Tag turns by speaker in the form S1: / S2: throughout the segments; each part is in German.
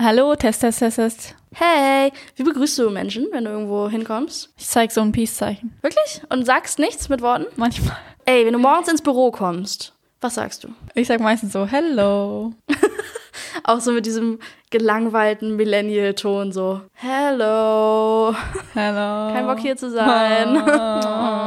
S1: Hallo, Test, Test, Test, Test.
S2: Hey, wie begrüßt du Menschen, wenn du irgendwo hinkommst?
S1: Ich zeig so ein Peace-Zeichen.
S2: Wirklich? Und sagst nichts mit Worten?
S1: Manchmal.
S2: Ey, wenn du morgens ins Büro kommst, was sagst du?
S1: Ich sag meistens so, hello.
S2: Auch so mit diesem gelangweilten Millennial-Ton so. Hello.
S1: Hello.
S2: Kein Bock hier zu sein.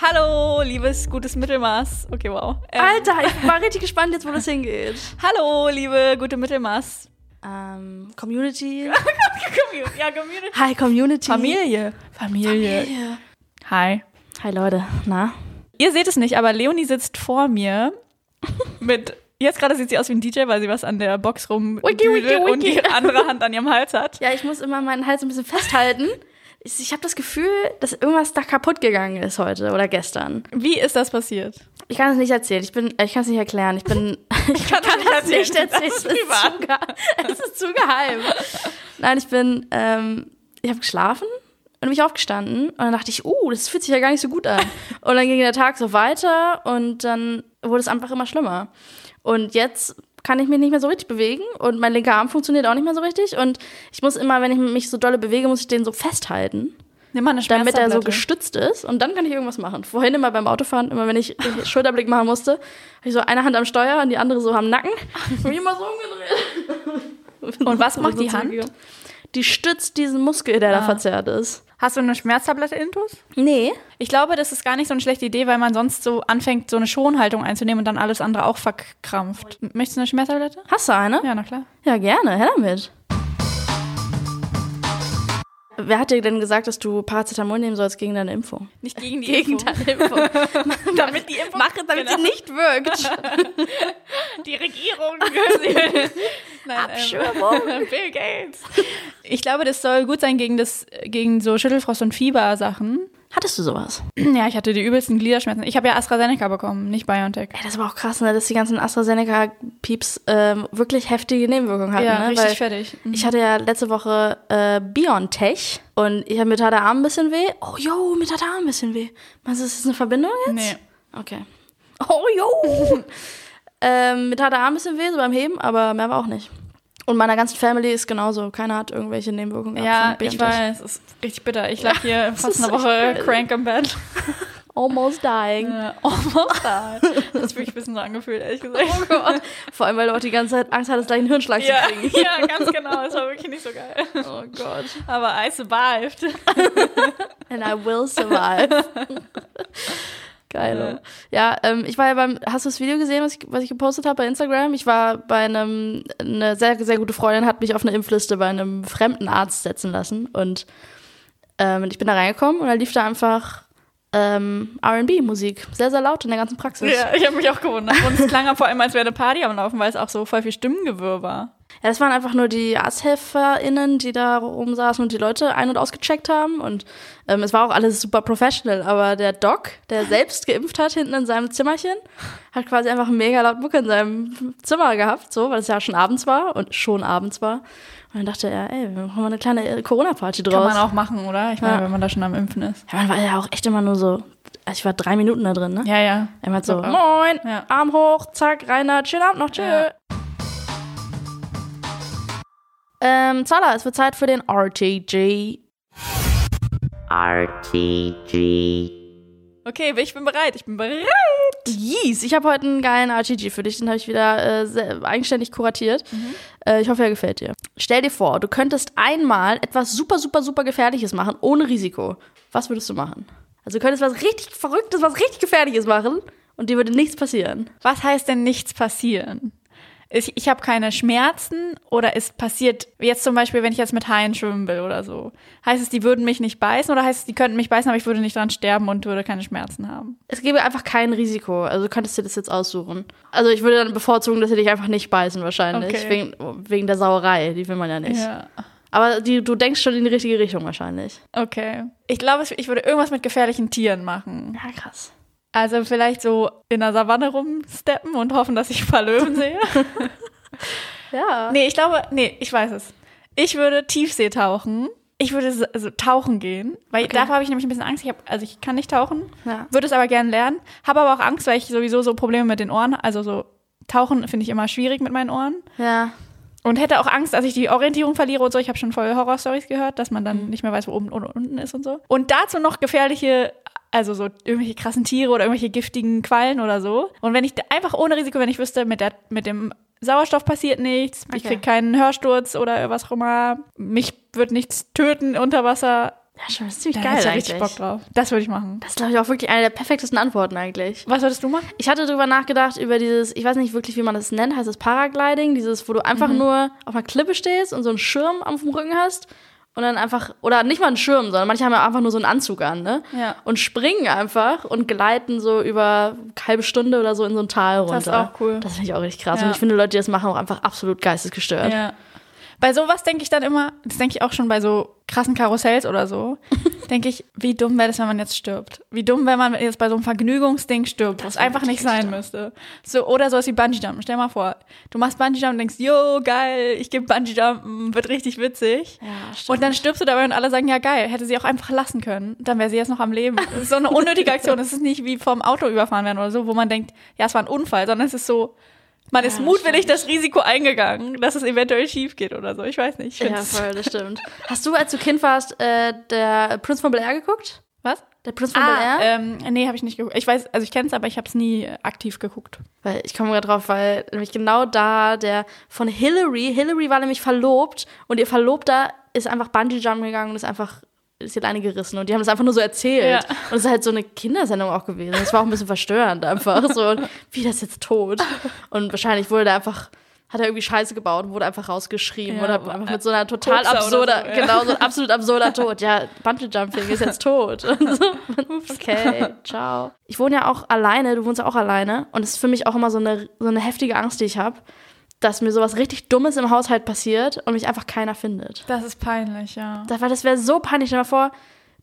S1: Hallo, liebes gutes Mittelmaß. Okay, wow. Ähm,
S2: Alter, ich war richtig gespannt jetzt, wo das hingeht.
S1: Hallo, liebe gute Mittelmaß.
S2: Ähm, Community.
S1: ja, Community.
S2: Hi, Community.
S1: Familie. Familie.
S2: Familie.
S1: Hi.
S2: Hi, Leute. Na?
S1: Ihr seht es nicht, aber Leonie sitzt vor mir mit. Jetzt gerade sieht sie aus wie ein DJ, weil sie was an der Box rum
S2: Wiki, wiki, wiki.
S1: und die andere Hand an ihrem Hals hat.
S2: Ja, ich muss immer meinen Hals ein bisschen festhalten. Ich, ich habe das Gefühl, dass irgendwas da kaputt gegangen ist heute oder gestern.
S1: Wie ist das passiert?
S2: Ich kann es nicht erzählen. Ich bin, äh, ich kann es nicht erklären. Ich bin, ich
S1: kann
S2: kann,
S1: es nicht
S2: das nicht
S1: erzählen.
S2: erzählen.
S1: Das
S2: Es
S1: ist
S2: ist,
S1: privat.
S2: zu, ge- es ist zu geheim. Nein, ich bin, ähm, ich habe geschlafen und mich aufgestanden und dann dachte ich, oh, das fühlt sich ja gar nicht so gut an. Und dann ging der Tag so weiter und dann wurde es einfach immer schlimmer. Und jetzt kann ich mich nicht mehr so richtig bewegen und mein linker Arm funktioniert auch nicht mehr so richtig und ich muss immer, wenn ich mich so dolle bewege, muss ich den so festhalten
S1: Nimm mal eine
S2: damit er so
S1: Schmerztablette.
S2: gestützt ist und dann kann ich irgendwas machen. Vorhin immer beim Autofahren, immer wenn ich Schulterblick machen musste, habe ich so eine Hand am Steuer und die andere so am Nacken. Bin ich immer so umgedreht.
S1: Und was macht
S2: So
S1: die Hand?
S2: zurückgegangen. Die stützt diesen Muskel, der da
S1: Ah.
S2: verzerrt ist.
S1: Hast du eine Schmerztablette intus?
S2: Nee.
S1: Ich glaube, das ist gar nicht so eine schlechte Idee, weil man sonst so anfängt, so eine Schonhaltung einzunehmen und dann alles andere auch verkrampft. M- Möchtest du eine Schmerztablette?
S2: Hast du eine?
S1: Ja, na klar.
S2: Ja, gerne. Her damit. Wer hat dir denn gesagt, dass du Paracetamol nehmen sollst gegen deine Impfung?
S1: Nicht gegen die
S2: Gegen deine Impfung.
S1: damit die Impfung, Genau.
S2: Mach es, damit sie nicht wirkt.
S1: die Regierung. ähm,
S2: Abschirmung.
S1: Bill Gates. Ich glaube, das soll gut sein gegen das, gegen so Schüttelfrost und Fieber-Sachen.
S2: Hattest du sowas?
S1: Ja, ich hatte die übelsten Gliederschmerzen. Ich habe ja AstraZeneca bekommen, nicht BioNTech.
S2: Ey, das war auch krass, ne, dass die ganzen AstraZeneca-Pieps ähm, wirklich heftige Nebenwirkungen hatten. ne? Weil
S1: fertig.
S2: ich hatte ja letzte Woche äh, BioNTech und ich hab, mir tat der Arm ein bisschen weh. Oh, yo, mir tat der Arm ein bisschen weh. Meinst du, ist das eine Verbindung jetzt?
S1: Nee.
S2: Okay. Oh, yo. ähm, mir tat der Arm ein bisschen weh, so beim Heben, aber mehr war auch nicht. Und meiner ganzen Family ist genauso. Keiner hat irgendwelche Nebenwirkungen
S1: Ja,
S2: gehabt von
S1: ich
S2: BioNTech.
S1: weiß, es ist richtig bitter. Ich lag hier fast
S2: ist
S1: eine
S2: echt
S1: Woche
S2: bitter.
S1: crank im Bett.
S2: Almost dying.
S1: Ja, oh, Mann. das hat mich ein bisschen so angefühlt, ehrlich gesagt.
S2: Oh Gott. Vor allem, weil du auch die ganze Zeit Angst hattest, gleich einen Hirnschlag
S1: Ja,
S2: zu kriegen.
S1: ja, ganz genau. Es war wirklich nicht so geil.
S2: Oh Gott.
S1: Aber I survived.
S2: And I will survive. Geil. Ja, ähm, ich war ja beim. Hast du das Video gesehen, was ich, was ich gepostet habe bei Instagram? Ich war bei einem. Eine sehr, sehr gute Freundin hat mich auf eine Impfliste bei einem fremden Arzt setzen lassen. Und ähm, ich bin da reingekommen und da lief da einfach ähm, RB-Musik. Sehr, sehr laut in der ganzen Praxis. Ja,
S1: Ja, ich habe mich auch gewundert. Und es klang vor allem, als wäre eine Party am Laufen, weil es auch so voll viel Stimmengewirr war.
S2: das waren einfach nur die ArzthelferInnen, die da rumsaßen und die Leute ein- und ausgecheckt haben. Und ähm, es war auch alles super professional. Aber der Doc, der selbst geimpft hat hinten in seinem Zimmerchen, hat quasi einfach mega laut Mucke in seinem Zimmer gehabt, so, weil es ja schon abends war und schon abends war. Und dann dachte er, ey, wir machen mal eine kleine Corona-Party
S1: Kann
S2: draus.
S1: man auch machen, oder? Ich meine,
S2: Ja.
S1: wenn man da schon am Impfen ist.
S2: ja, man war ja auch echt immer nur so, also ich war drei Minuten da drin, ne?
S1: Ja, ja.
S2: Er meint so,
S1: Super.
S2: moin,
S1: Ja.
S2: Arm hoch, zack, Rainer, schönen Abend noch, tschö.
S1: Ja.
S2: Ähm, Zala, es wird Zeit für den RTG.
S3: RTG.
S1: Okay, ich bin bereit. Ich bin bereit.
S2: Yes, ich habe heute einen geilen RTG für dich, den habe ich wieder äh, sehr eigenständig kuratiert. Äh, ich hoffe, er gefällt dir. Stell dir vor, du könntest einmal etwas super, super, super Gefährliches machen, ohne Risiko. Was würdest du machen? Also du könntest was richtig Verrücktes, was richtig Gefährliches machen und dir würde nichts passieren.
S1: Was heißt denn nichts passieren? Ich, ich habe keine Schmerzen oder ist passiert, jetzt zum Beispiel, wenn ich jetzt mit Haien schwimmen will oder so, heißt es, die würden mich nicht beißen oder heißt es, die könnten mich beißen, aber ich würde nicht dran sterben und würde keine Schmerzen haben?
S2: Es gäbe einfach kein Risiko. Also du könntest dir das jetzt aussuchen. Also ich würde dann bevorzugen, dass sie dich einfach nicht beißen wahrscheinlich.
S1: Okay.
S2: Wegen, wegen der Sauerei, die will man ja nicht.
S1: Ja.
S2: Aber die, du denkst schon in die richtige Richtung wahrscheinlich.
S1: Okay. Ich glaube, es- ich würde irgendwas mit gefährlichen Tieren machen.
S2: Ja, krass.
S1: Also vielleicht so in der Savanne rumsteppen und hoffen, dass ich ein paar Löwen sehe.
S2: Ja.
S1: nee, ich glaube, nee, ich weiß es. Ich würde Tiefsee tauchen Ich würde s- also tauchen gehen, weil
S2: Okay.
S1: davor habe ich nämlich ein bisschen Angst. Ich hab, also ich kann nicht tauchen,
S2: Ja.
S1: würde es aber gerne lernen, habe aber auch Angst, weil ich sowieso so Probleme mit den Ohren, also so tauchen finde ich immer schwierig mit meinen Ohren
S2: Ja.
S1: und hätte auch Angst, dass ich die Orientierung verliere und so. Ich habe schon voll Horrorstories gehört, dass man dann nicht mehr weiß, wo oben und unten ist und so. Und dazu noch gefährliche also so irgendwelche krassen Tiere oder irgendwelche giftigen Quallen oder so. Und wenn ich da- einfach ohne Risiko, wenn ich wüsste, mit, der, mit dem Sauerstoff passiert nichts, ich
S2: Okay.
S1: krieg keinen Hörsturz oder was auch immer, mich wird nichts töten unter Wasser,
S2: Ja, schon, das ist ziemlich
S1: dann
S2: geil
S1: hätte ich ja
S2: eigentlich.
S1: richtig Bock drauf. Das würde ich machen.
S2: Das ist, glaube ich, auch wirklich eine der perfektesten Antworten eigentlich.
S1: Was würdest du machen?
S2: Ich hatte drüber nachgedacht, über dieses, ich weiß nicht wirklich, wie man das nennt, heißt es Paragliding, dieses, wo du einfach
S1: Mhm.
S2: nur auf einer Klippe stehst und so einen Schirm auf dem Rücken hast und dann einfach, oder nicht mal einen Schirm, sondern manche haben ja einfach nur so einen Anzug an, ne?
S1: Ja.
S2: Und springen einfach und gleiten so über eine halbe Stunde oder so in so ein Tal runter.
S1: Das ist auch cool.
S2: Das finde ich auch richtig krass.
S1: Ja.
S2: Und ich finde, Leute, die das machen, auch einfach absolut geistesgestört.
S1: Ja. Bei sowas denke ich dann immer, das denke ich auch schon bei so krassen Karussells oder so, denke ich, wie dumm wäre das, wenn man jetzt stirbt? Wie dumm, wenn man jetzt bei so einem Vergnügungsding stirbt, was
S2: wär
S1: einfach nicht
S2: wirklich
S1: sein
S2: dumm.
S1: müsste. So, oder sowas wie Bungee-Jumpen. Stell mal vor, du machst Bungee-Jumpen und denkst, yo, geil, ich gebe Bungee-Jumpen, wird richtig witzig.
S2: Ja, stimmt.
S1: und dann stirbst du dabei und alle sagen, ja, geil, hätte sie auch einfach lassen können, dann wäre sie jetzt noch am Leben. Das ist so eine unnötige Aktion. Es ist nicht wie vom Auto überfahren werden oder so, wo man denkt, ja, es war ein Unfall, sondern es ist so, man ist
S2: das
S1: mutwillig das Risiko eingegangen, dass es eventuell schief geht oder so. Ich weiß nicht. Ich
S2: Ja,
S1: find's-
S2: voll, das stimmt. Hast du, als du Kind warst, äh, der Prince von Bel Air geguckt?
S1: Was?
S2: Der Prinz von Bel
S1: Ah,
S2: Air?
S1: ähm, nee, habe ich nicht geguckt. Ich weiß, also ich kenne es, aber ich habe es nie äh, aktiv geguckt.
S2: Weil ich komme gerade drauf, weil nämlich genau da der von Hillary, Hillary war nämlich verlobt und ihr Verlobter ist einfach Bungee Jump gegangen und ist einfach ist die Leine gerissen und die haben das einfach nur so erzählt.
S1: Ja.
S2: Und es ist halt so eine Kindersendung auch gewesen. Das war auch ein bisschen verstörend einfach so wie das jetzt tot. Und wahrscheinlich wurde da einfach hat er irgendwie Scheiße gebaut und wurde einfach rausgeschrieben
S1: Ja,
S2: oder einfach mit so einer total
S1: Kokser oder
S2: absurder,
S1: so, ja.
S2: genau so ein absolut absurder Tod. Ja, Bungee Jumping ist jetzt tot. Und so, okay, ciao. Ich wohne ja auch alleine, du wohnst ja auch alleine. Und es ist für mich auch immer so eine, so eine heftige Angst, die ich habe, dass mir sowas richtig Dummes im Haushalt passiert und mich einfach keiner findet.
S1: Das ist peinlich, ja.
S2: Da- Weil das wäre so peinlich. Stell dir mal vor,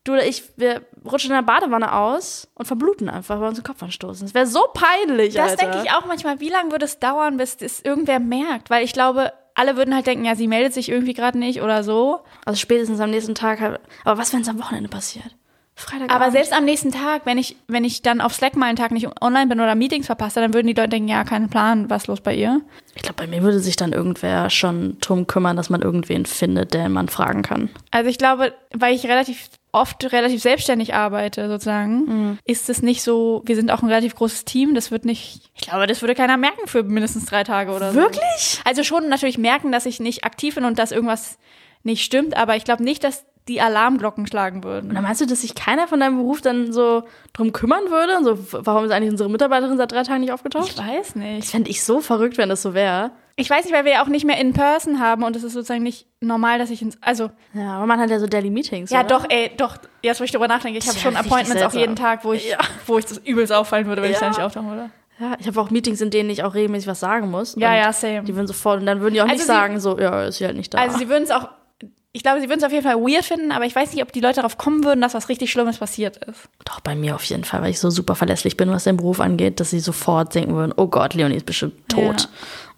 S2: du oder ich, wir rutschen in der Badewanne aus und verbluten einfach, weil uns den Kopf anstoßen. Das wäre so peinlich,
S1: Das
S2: Alter.
S1: denke ich auch manchmal. Wie lange würde es dauern, bis es irgendwer merkt? Weil ich glaube, alle würden halt denken, ja, sie meldet sich irgendwie gerade nicht oder so.
S2: Also spätestens am nächsten Tag. Halt. Aber was, wenn es am Wochenende passiert? Freitag.
S1: Aber selbst am nächsten Tag, wenn ich, wenn ich dann auf Slack mal einen Tag nicht online bin oder Meetings verpasse, dann würden die Leute denken, ja, keinen Plan, was ist los bei ihr?
S2: Ich glaube, bei mir würde sich dann irgendwer schon drum kümmern, dass man irgendwen findet, den man fragen kann.
S1: Also ich glaube, weil ich relativ oft relativ selbstständig arbeite sozusagen, ist es nicht so, wir sind auch ein relativ großes Team, das wird nicht, ich glaube, das würde keiner merken für mindestens drei Tage oder so.
S2: Wirklich?
S1: Also schon natürlich merken, dass ich nicht aktiv bin und dass irgendwas nicht stimmt, aber ich glaube nicht, dass die Alarmglocken schlagen würden.
S2: Und dann meinst du, dass sich keiner von deinem Beruf dann so drum kümmern würde? Und so, w- warum ist eigentlich unsere Mitarbeiterin seit drei Tagen nicht
S1: Ich
S2: aufgetaucht?
S1: weiß
S2: Das
S1: nicht.
S2: fände ich so verrückt, wenn das so wäre.
S1: Ich weiß nicht, weil wir ja auch nicht mehr in Person haben und es ist sozusagen nicht normal, dass ich ins, also
S2: Ja, aber man hat ja so Daily Meetings.
S1: Ja,
S2: oder?
S1: doch, ey, doch. Jetzt, wo ich drüber nachdenke, ich
S2: Das
S1: habe
S2: wär
S1: schon
S2: richtig
S1: Appointments auch
S2: seltsam.
S1: jeden Tag, wo ich, wo ich das übelst auffallen würde, wenn ich
S2: Ja.
S1: da nicht auftauchen würde.
S2: Ja, ich habe auch Meetings, in denen ich auch regelmäßig was sagen muss.
S1: Ja,
S2: Und
S1: ja, same.
S2: Die würden sofort, und dann würden die auch
S1: Also
S2: nicht
S1: sie-
S2: sagen, so, ja, ist sie halt nicht da.
S1: Also, sie würden es auch, ich glaube, sie würden es auf jeden Fall weird finden, aber ich weiß nicht, ob die Leute darauf kommen würden, dass was richtig Schlimmes passiert ist.
S2: doch, bei mir auf jeden Fall, weil ich so super verlässlich bin, was den Beruf angeht, dass sie sofort denken würden, oh Gott, Leonie ist bestimmt tot.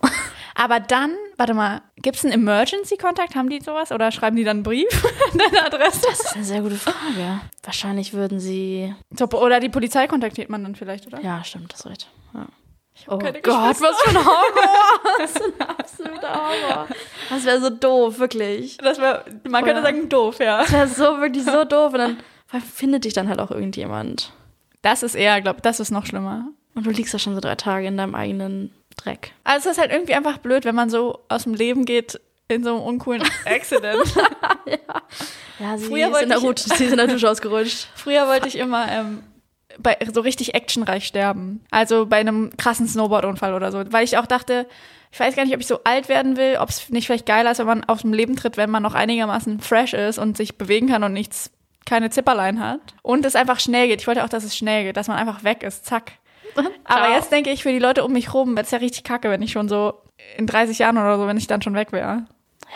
S1: Ja. Aber dann, warte mal, gibt es einen Emergency-Kontakt? Haben die sowas? Oder schreiben die dann einen Brief an deine Adresse?
S2: Das ist eine sehr gute Frage. Wahrscheinlich würden sie.
S1: So, Oder die Polizei kontaktiert man dann vielleicht, oder?
S2: Ja, stimmt, das ist recht. Ja. oh
S1: keine
S2: Gott,
S1: Geschwister.
S2: was für ein Horror! Das ist ein absoluter Horror. Das wäre so doof, wirklich.
S1: Das wär, man könnte
S2: Oder-
S1: sagen, doof, ja.
S2: Das wäre so, wirklich so doof. Und dann weil findet dich dann halt auch irgendjemand.
S1: Das ist eher, glaube das ist noch schlimmer.
S2: Und du liegst da schon so drei Tage in deinem eigenen Dreck.
S1: Also es ist halt irgendwie einfach blöd, wenn man so aus dem Leben geht in so einem uncoolen Accident.
S2: Ja, sie
S1: Früher
S2: ist in der,
S1: wollte
S2: Hut, sie ist in der Dusche ausgerutscht.
S1: Früher wollte ich immer ähm, bei, so richtig actionreich sterben. Also bei einem krassen Snowboardunfall oder so. Weil ich auch dachte, ich weiß gar nicht, ob ich so alt werden will, ob es nicht vielleicht geiler ist, wenn man aus dem Leben tritt, wenn man noch einigermaßen fresh ist und sich bewegen kann und nichts, keine Zipperlein hat. Und es einfach schnell geht. Ich wollte auch, dass es schnell geht, dass man einfach weg ist. Zack. Aber
S2: Ciao.
S1: jetzt denke ich, für die Leute um mich rum, wäre es ja richtig kacke, wenn ich schon so in 30 Jahren oder so, wenn ich dann schon weg wäre.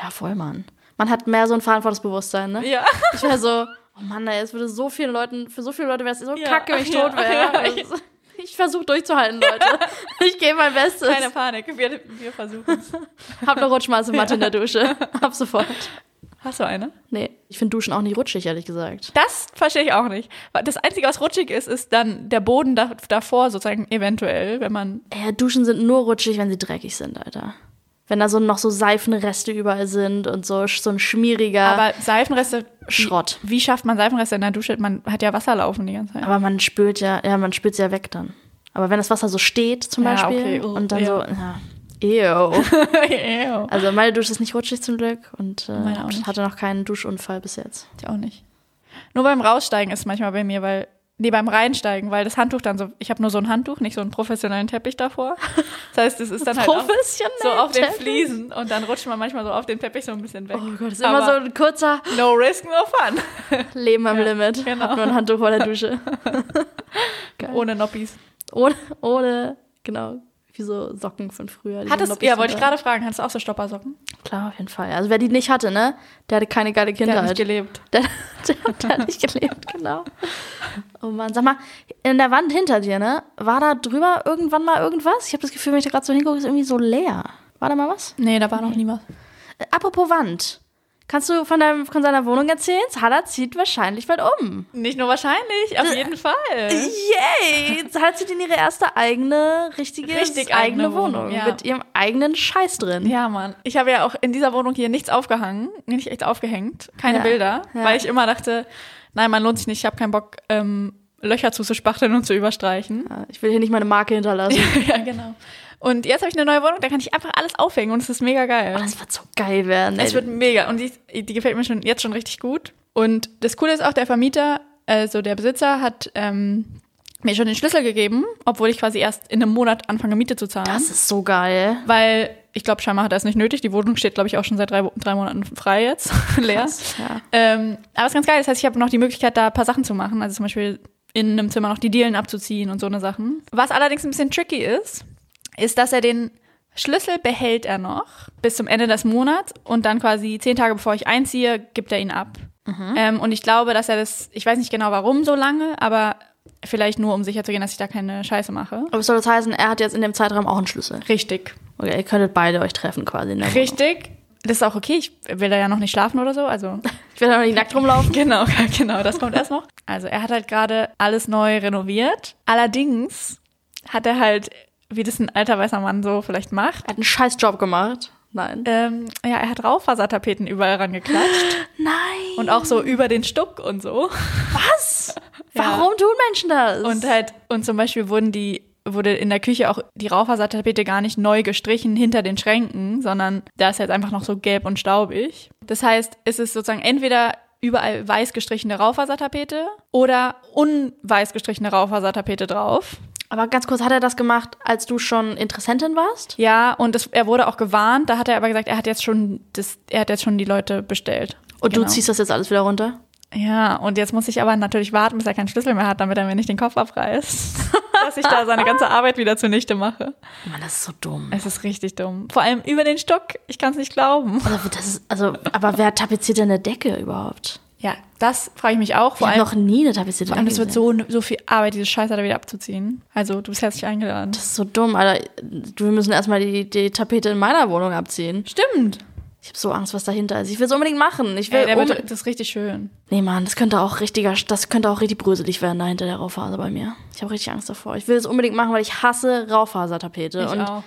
S2: Ja, voll, Mann. Man hat mehr so ein Verantwortungsbewusstsein, ne?
S1: Ja.
S2: Ich wäre so, oh Mann, ey, es würde so vielen Leuten, für so viele Leute wäre es so
S1: Ja,
S2: kacke, wenn ich
S1: ja,
S2: tot wäre.
S1: ja.
S2: Also, ich versuche durchzuhalten, Leute. Ich gebe mein Bestes.
S1: Keine Panik, wir, wir versuchen es.
S2: Hab eine Rutschmaße Mathe in der Dusche. Ab sofort.
S1: Hast du eine?
S2: Nee, ich finde Duschen auch nicht rutschig, ehrlich gesagt.
S1: Das verstehe ich auch nicht. Das Einzige, was rutschig ist, ist dann der Boden da, davor sozusagen eventuell, wenn man
S2: Äh, Duschen sind nur rutschig, wenn sie dreckig sind, Alter. Wenn da so noch so Seifenreste überall sind und so, so ein schmieriger.
S1: Aber Seifenreste.
S2: Schrott.
S1: Wie, wie schafft man Seifenreste in der Dusche? Man hat ja Wasser laufen die ganze Zeit.
S2: Aber man spült ja, ja, man spült ja weg dann. Aber wenn das Wasser so steht zum
S1: Ja,
S2: Beispiel
S1: okay, uh,
S2: und dann so, ja, ew.
S1: Ew.
S2: Also meine Dusche ist nicht rutschig zum Glück und äh,
S1: Meine auch nicht.
S2: hatte noch keinen Duschunfall bis jetzt.
S1: Ich auch nicht. Nur beim Raussteigen ist manchmal bei mir, weil. Nee, beim Reinsteigen, weil das Handtuch dann so. Ich habe nur so ein Handtuch, nicht so einen professionellen Teppich davor. Das heißt, es ist dann halt auf,
S2: Professionell
S1: so auf den
S2: Teppich?
S1: Fliesen und dann rutscht man manchmal so auf den Teppich so ein bisschen weg.
S2: Oh Gott, das ist immer so ein kurzer
S1: No risk, no fun.
S2: Leben am Limit.
S1: genau.
S2: Hab nur ein Handtuch vor der Dusche.
S1: Ohne Noppis.
S2: Ohne, ohne, genau, wie so Socken von früher. die
S1: Hattest,
S2: man
S1: ja, wollte ich
S2: dabei-
S1: gerade fragen, hattest du auch so Stoppersocken?
S2: Klar, auf jeden Fall. Also wer die nicht hatte, ne, der hatte keine geile
S1: Der
S2: Kindheit.
S1: hat nicht gelebt.
S2: Der, der, der hat nicht gelebt, genau. Oh Mann, sag mal, in der Wand hinter dir, ne? War da drüber irgendwann mal irgendwas? Ich habe das Gefühl, wenn ich da gerade so hingucke, ist irgendwie so leer. War da mal was?
S1: Nee, da war noch nie was.
S2: Äh, apropos Wand. Kannst du von, deinem, von seiner Wohnung erzählen? Zahler zieht wahrscheinlich bald um.
S1: Nicht nur wahrscheinlich, auf jeden Fall.
S2: Yay! Zahler zieht in ihre erste eigene, richtige,
S1: Richtig
S2: eigene,
S1: eigene
S2: Wohnung.
S1: Wohnung, ja.
S2: Mit ihrem eigenen Scheiß drin.
S1: Ja, Mann. Ich habe ja auch in dieser Wohnung hier nichts aufgehangen, nicht echt aufgehängt, keine
S2: Ja,
S1: Bilder,
S2: ja.
S1: weil ich immer dachte, nein, man lohnt sich nicht, ich habe keinen Bock, ähm, Löcher zuzuspachteln und zu überstreichen.
S2: Ja, Ich will hier nicht meine Marke hinterlassen.
S1: ja, genau. Und jetzt habe ich eine neue Wohnung, da kann ich einfach alles aufhängen und es ist mega geil.
S2: Oh, das wird so geil werden.
S1: Es wird mega und die, die gefällt mir schon jetzt schon richtig gut. Und das Coole ist auch, der Vermieter, also der Besitzer, hat ähm, mir schon den Schlüssel gegeben, obwohl ich quasi erst in einem Monat anfange, Miete zu zahlen.
S2: das ist so geil.
S1: weil ich glaube, scheinbar hat er es nicht nötig. Die Wohnung steht, glaube ich, auch schon seit drei, Wo- drei Monaten frei jetzt, leer.
S2: Krass, ja.
S1: Ähm, aber es ist ganz geil. Das heißt, ich habe noch die Möglichkeit, da ein paar Sachen zu machen. Also zum Beispiel in einem Zimmer noch die Dielen abzuziehen und so eine Sachen. Was allerdings ein bisschen tricky ist, ist, dass er den Schlüssel behält er noch bis zum Ende des Monats und dann quasi zehn Tage bevor ich einziehe, gibt er ihn ab.
S2: Mhm.
S1: Ähm, und ich glaube, dass er das, ich weiß nicht genau warum so lange, aber vielleicht nur, um sicherzugehen, dass ich da keine Scheiße mache.
S2: Aber soll das heißen, er hat jetzt in dem Zeitraum auch einen Schlüssel?
S1: Richtig.
S2: Okay, ihr könntet beide euch treffen quasi. In der Wohnung.
S1: Richtig. Das ist auch okay. Ich will da ja noch nicht schlafen oder so. Also
S2: Ich werde aber nicht nackt rumlaufen.
S1: genau, genau. Das kommt erst noch. Also er hat halt gerade alles neu renoviert. Allerdings hat er halt, wie das ein alter weißer Mann so vielleicht macht,
S2: Er hat einen scheiß Job gemacht. Nein.
S1: ähm, ja, er hat Raufasertapeten überall rangeklatscht
S2: Nein.
S1: und auch so über den Stuck und so.
S2: Was?
S1: Ja.
S2: Warum tun Menschen das?
S1: Und halt und zum Beispiel wurden die wurde in der Küche auch die Raufasertapete gar nicht neu gestrichen hinter den Schränken, sondern da ist jetzt einfach noch so gelb und staubig. Das heißt, es ist sozusagen entweder überall weiß gestrichene Raufasertapete oder unweiß gestrichene Raufasertapete drauf.
S2: aber ganz kurz, hat er das gemacht, als du schon Interessentin warst?
S1: Ja, und es, er wurde auch gewarnt, da hat er aber gesagt, er hat jetzt schon das er hat jetzt schon die Leute bestellt.
S2: Und
S1: Genau.
S2: du ziehst das jetzt alles wieder runter?
S1: Ja, und jetzt muss ich aber natürlich warten, bis er keinen Schlüssel mehr hat, damit er mir nicht den Kopf abreißt, dass ich da seine ganze Arbeit wieder zunichte mache.
S2: Mann, das ist so dumm.
S1: Es ist richtig dumm. Vor allem über den Stock. Ich kann es nicht glauben.
S2: Also, das ist, also, aber wer tapeziert denn eine Decke überhaupt?
S1: Ja, das frage ich mich auch.
S2: Ich
S1: Vor
S2: habe
S1: allem,
S2: noch nie eine tapezierte
S1: vor
S2: Decke
S1: allem es wird
S2: gesehen.
S1: so, so viel Arbeit, diese Scheiße da wieder abzuziehen. Also, du bist herzlich eingeladen.
S2: Das ist so dumm, Alter. Wir müssen erstmal die, die Tapete in meiner Wohnung abziehen.
S1: Stimmt. Äh,
S2: Ich habe so Angst, was dahinter ist. Ich will es unbedingt machen. Ich will
S1: Ey, der
S2: um,
S1: wird, das ist richtig schön.
S2: Nee, Mann, das könnte auch richtiger, das könnte auch richtig bröselig werden da hinter der Raufaser bei mir. Ich habe richtig Angst davor. Ich will es unbedingt machen, weil ich hasse Raufasertapete.
S1: Ich
S2: und
S1: auch.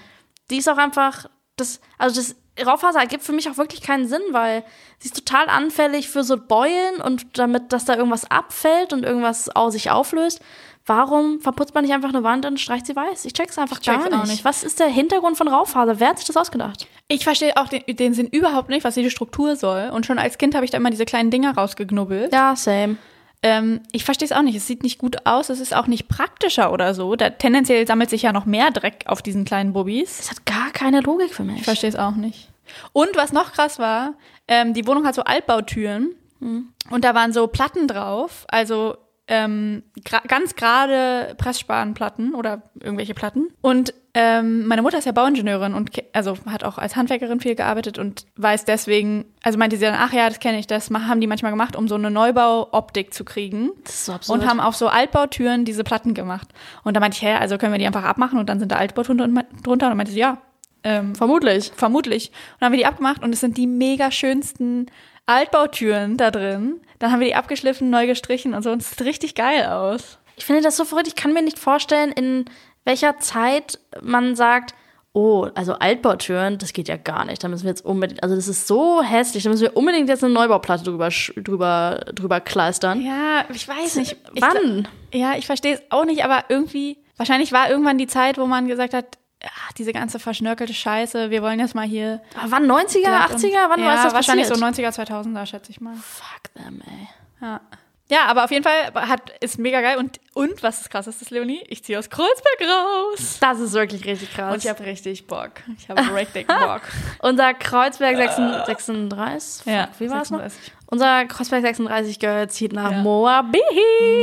S2: die ist auch einfach, das, also das Raufaser ergibt für mich auch wirklich keinen Sinn, weil sie ist total anfällig für so Beulen und damit, dass da irgendwas abfällt und irgendwas au- sich auflöst. Warum verputzt man nicht einfach eine Wand und streicht sie weiß? Ich check's einfach
S1: check's
S2: gar
S1: auch
S2: nicht.
S1: nicht.
S2: Was ist der Hintergrund von Raufaser? Wer hat sich das ausgedacht?
S1: Ich verstehe auch den, den Sinn überhaupt nicht, was diese Struktur soll. Und schon als Kind habe ich da immer diese kleinen Dinger rausgeknubbelt.
S2: Ja, same.
S1: Ähm, ich verstehe es auch nicht. Es sieht nicht gut aus. Es ist auch nicht praktischer oder so. Da, tendenziell sammelt sich ja noch mehr Dreck auf diesen kleinen Bubbis.
S2: Das hat gar keine Logik für mich.
S1: Ich verstehe es auch nicht. Und was noch krass war, ähm, die Wohnung hat so Altbautüren und da waren so Platten drauf, also ähm, gra ganz gerade Pressspanplatten oder irgendwelche Platten. Und ähm, meine Mutter ist ja Bauingenieurin und ke- also hat auch als Handwerkerin viel gearbeitet und weiß deswegen, also meinte sie dann, ach ja, das kenne ich, das ma- haben die manchmal gemacht, um so eine Neubauoptik zu kriegen.
S2: Das ist so absurd.
S1: Und haben auf so Altbautüren diese Platten gemacht. Und da meinte ich, hä, also können wir die einfach abmachen und dann sind da Altbautüren drun- drunter? Und dann meinte sie, ja, äh, Ähm,
S2: Vermutlich.
S1: vermutlich. Und dann haben wir die abgemacht und es sind die mega schönsten Altbautüren da drin. Dann haben wir die abgeschliffen, neu gestrichen und so. Und es sieht richtig geil aus.
S2: Ich finde das so verrückt. Ich kann mir nicht vorstellen, in welcher Zeit man sagt, oh, also Altbautüren, das geht ja gar nicht. Da müssen wir jetzt unbedingt, also das ist so hässlich, da müssen wir unbedingt jetzt eine Neubauplatte drüber, sch- drüber, drüber kleistern.
S1: Ja, ich weiß nicht.
S2: Wann?
S1: Ja, ich verstehe es auch nicht, aber irgendwie, wahrscheinlich war irgendwann die Zeit, wo man gesagt hat, ach, diese ganze verschnörkelte Scheiße, wir wollen jetzt mal hier.
S2: Aber Ah, wann 90er, 80er? Wann
S1: ja,
S2: war es das
S1: wahrscheinlich
S2: passiert?
S1: so 90er, 2000er, schätze ich mal.
S2: Fuck them, ey.
S1: Ja. Ja, aber auf jeden Fall hat, ist mega geil. Und, und was ist krass, ist das, Leonie? Ich ziehe aus Kreuzberg raus.
S2: Das ist wirklich richtig krass.
S1: Und ich habe richtig Bock. Ich habe richtig Bock.
S2: Unser Kreuzberg 36, 36 fuck,
S1: Äh. Ja,
S2: wie war es noch?
S1: 36.
S2: Unser Kreuzberg 36 Girl zieht nach
S1: Ja.
S2: Moabi.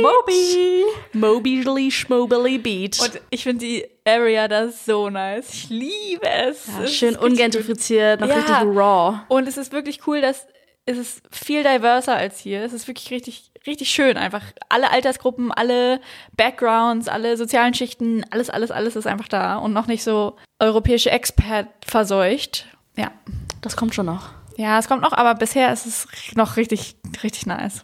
S1: Moby.
S2: Mobily Schmobily Beach.
S1: Und ich finde die Area da so nice. Ich liebe es.
S2: ja,
S1: Es ist
S2: schön
S1: richtig
S2: ungentrifiziert, noch
S1: Ja.
S2: richtig raw.
S1: Und es ist wirklich cool, dass es ist viel diverser als hier. Es ist wirklich richtig, richtig schön. Einfach alle Altersgruppen, alle Backgrounds, alle sozialen Schichten, alles, alles, alles ist einfach da und noch nicht so europäische Expert verseucht. Ja.
S2: Das kommt schon noch.
S1: Ja, es kommt noch, aber bisher ist es noch richtig, richtig nice.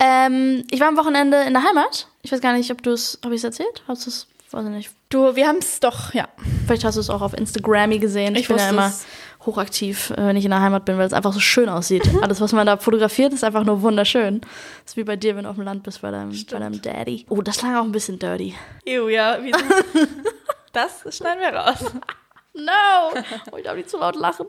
S2: Ähm, ich war am Wochenende in der Heimat. Ich weiß gar nicht, ob du es, habe ich es erzählt? Hast du es, weiß ich nicht.
S1: Du, wir haben es doch, ja.
S2: Vielleicht hast du es auch auf Instagrammy gesehen. Ich,
S1: Ich
S2: bin ja
S1: wusste
S2: immer
S1: es.
S2: hochaktiv, äh, wenn ich in der Heimat bin, weil es einfach so schön aussieht.
S1: Mhm.
S2: Alles, was man da fotografiert, ist einfach nur wunderschön. Das ist wie bei dir, wenn du auf dem Land bist, bei deinem, bei deinem Daddy. Oh, das klang auch ein bisschen dirty.
S1: Ew, ja. wieso? das schneiden wir raus.
S2: No! Oh, ich darf nicht zu laut lachen.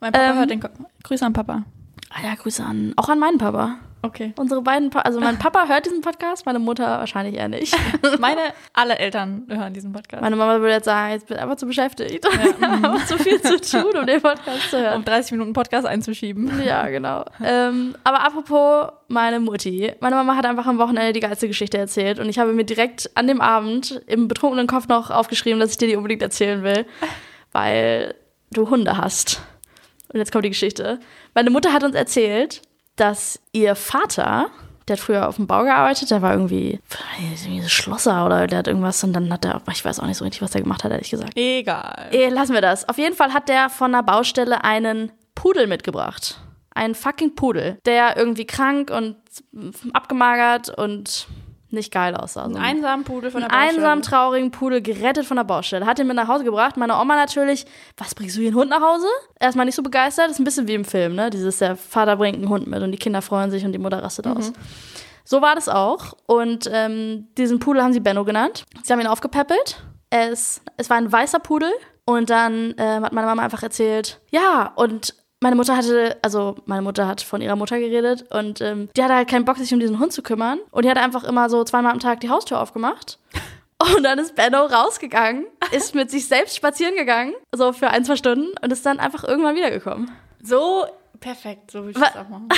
S1: Mein Papa
S2: Ähm.
S1: hört den Kopf. Grüße an Papa.
S2: Alter, Grüße an, auch an meinen Papa.
S1: Okay.
S2: Unsere beiden, pa also mein Papa hört diesen Podcast, meine Mutter wahrscheinlich eher nicht.
S1: Meine, alle Eltern hören diesen Podcast.
S2: Meine Mama würde jetzt sagen, jetzt bin ich einfach zu beschäftigt. Ich habe einfach zu viel zu tun, um den Podcast zu hören.
S1: um 30 Minuten Podcast einzuschieben.
S2: Ja, genau. Ähm, aber apropos meine Mutti. Meine Mama hat einfach am Wochenende die geilste Geschichte erzählt und ich habe mir direkt an dem Abend im betrunkenen Kopf noch aufgeschrieben, dass ich dir die unbedingt erzählen will, weil du Hunde hast. Und jetzt kommt die Geschichte. Meine Mutter hat uns erzählt, dass ihr Vater, der hat früher auf dem Bau gearbeitet, der war irgendwie, irgendwie so Schlosser oder der hat irgendwas und dann hat er, ich weiß auch nicht so richtig, was er gemacht hat, ehrlich gesagt.
S1: Egal.
S2: Eh, lassen wir das. Auf jeden Fall hat der von einer Baustelle einen Pudel mitgebracht. Einen fucking Pudel, der irgendwie krank und abgemagert und nicht geil aussah. So ein
S1: einsamen Pudel von der
S2: einsam traurigen Pudel gerettet von der Baustelle. Hat ihn mit nach Hause gebracht. Meine Oma natürlich, was bringst du hier einen Hund nach Hause? Erstmal nicht so begeistert. Ist ein bisschen wie im Film, ne? Dieses, der Vater bringt einen Hund mit und die Kinder freuen sich und die Mutter rastet
S1: Mhm.
S2: aus. So war das auch. Und ähm, diesen Pudel haben sie Benno genannt. Sie haben ihn aufgepäppelt. Es, es war ein weißer Pudel. Und dann ähm, hat meine Mama einfach erzählt, ja, und meine Mutter hatte, also meine Mutter hat von ihrer Mutter geredet und ähm, die hatte halt keinen Bock, sich um diesen Hund zu kümmern. Und die hat einfach immer so zweimal am Tag die Haustür aufgemacht. Und dann ist Benno rausgegangen, ist mit sich selbst spazieren gegangen, so für ein, zwei Stunden, und ist dann einfach irgendwann wiedergekommen.
S1: So perfekt, so würde ich
S2: Wa-
S1: das auch machen.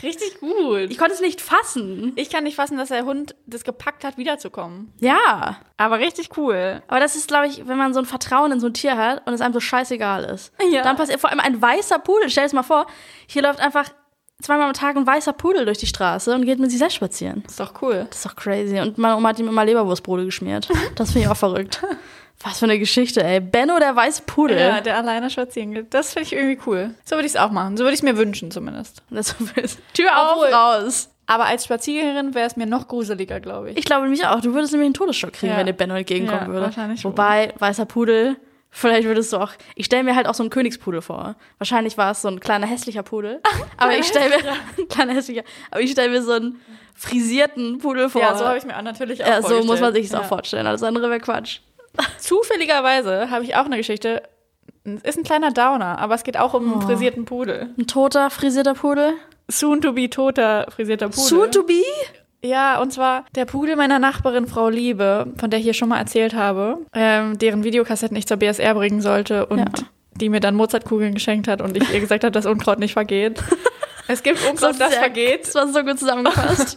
S1: Richtig gut.
S2: Ich
S1: Ich,
S2: konnte es nicht fassen.
S1: ich kann nicht fassen, dass der Hund das gepackt hat, wiederzukommen.
S2: Ja.
S1: Aber richtig cool.
S2: Aber das ist, glaube ich, wenn man so ein Vertrauen in so ein Tier hat und es einem so scheißegal ist.
S1: Ja.
S2: Dann passiert vor allem ein weißer Pudel. Stell dir das mal vor, hier läuft einfach zweimal am Tag ein weißer Pudel durch die Straße und geht mit sich selbst spazieren.
S1: Ist doch cool.
S2: Das ist doch crazy. Und meine Oma hat ihm immer Leberwurstbrote geschmiert. Das finde ich auch verrückt. Was für eine Geschichte, ey. Benno, der weiße Pudel.
S1: Ja, der alleine spazieren geht. Das finde ich irgendwie cool. So würde ich es auch machen. So würde ich es mir wünschen zumindest.
S2: Das ist-
S1: Tür
S2: Auf, raus.
S1: Aber als Spaziergängerin wäre es mir noch gruseliger, glaube ich.
S2: Ich glaube nämlich auch, du würdest nämlich einen Todesschock kriegen,
S1: Ja.
S2: wenn dir Benno entgegenkommen
S1: Ja,
S2: würde.
S1: wahrscheinlich schon.
S2: Wobei, weißer Pudel, vielleicht würdest du auch. Ich stelle mir halt auch so einen Königspudel vor. Wahrscheinlich war es so ein kleiner hässlicher Pudel. aber ich stelle mir. kleiner hässlicher. Aber ich stelle mir so einen frisierten Pudel vor.
S1: Ja, so habe ich mir auch natürlich auch
S2: Ja, so muss man sich das
S1: ja.
S2: auch vorstellen. Alles andere wäre Quatsch.
S1: Zufälligerweise habe ich auch eine Geschichte. Ist ein kleiner Downer, aber es geht auch
S2: Oh.
S1: um einen frisierten Pudel.
S2: Ein toter, frisierter Pudel.
S1: Soon to be toter frisierter Pudel.
S2: Soon to be?
S1: Ja, und zwar der Pudel meiner Nachbarin Frau Liebe, von der ich hier schon mal erzählt habe, ähm, deren Videokassetten ich zur BSR bringen sollte und
S2: Ja.
S1: die mir dann Mozartkugeln geschenkt hat und ich ihr gesagt habe, dass Unkraut nicht vergeht. Es gibt Unkraut, das
S2: sehr-
S1: vergeht.
S2: Das war so gut zusammengefasst.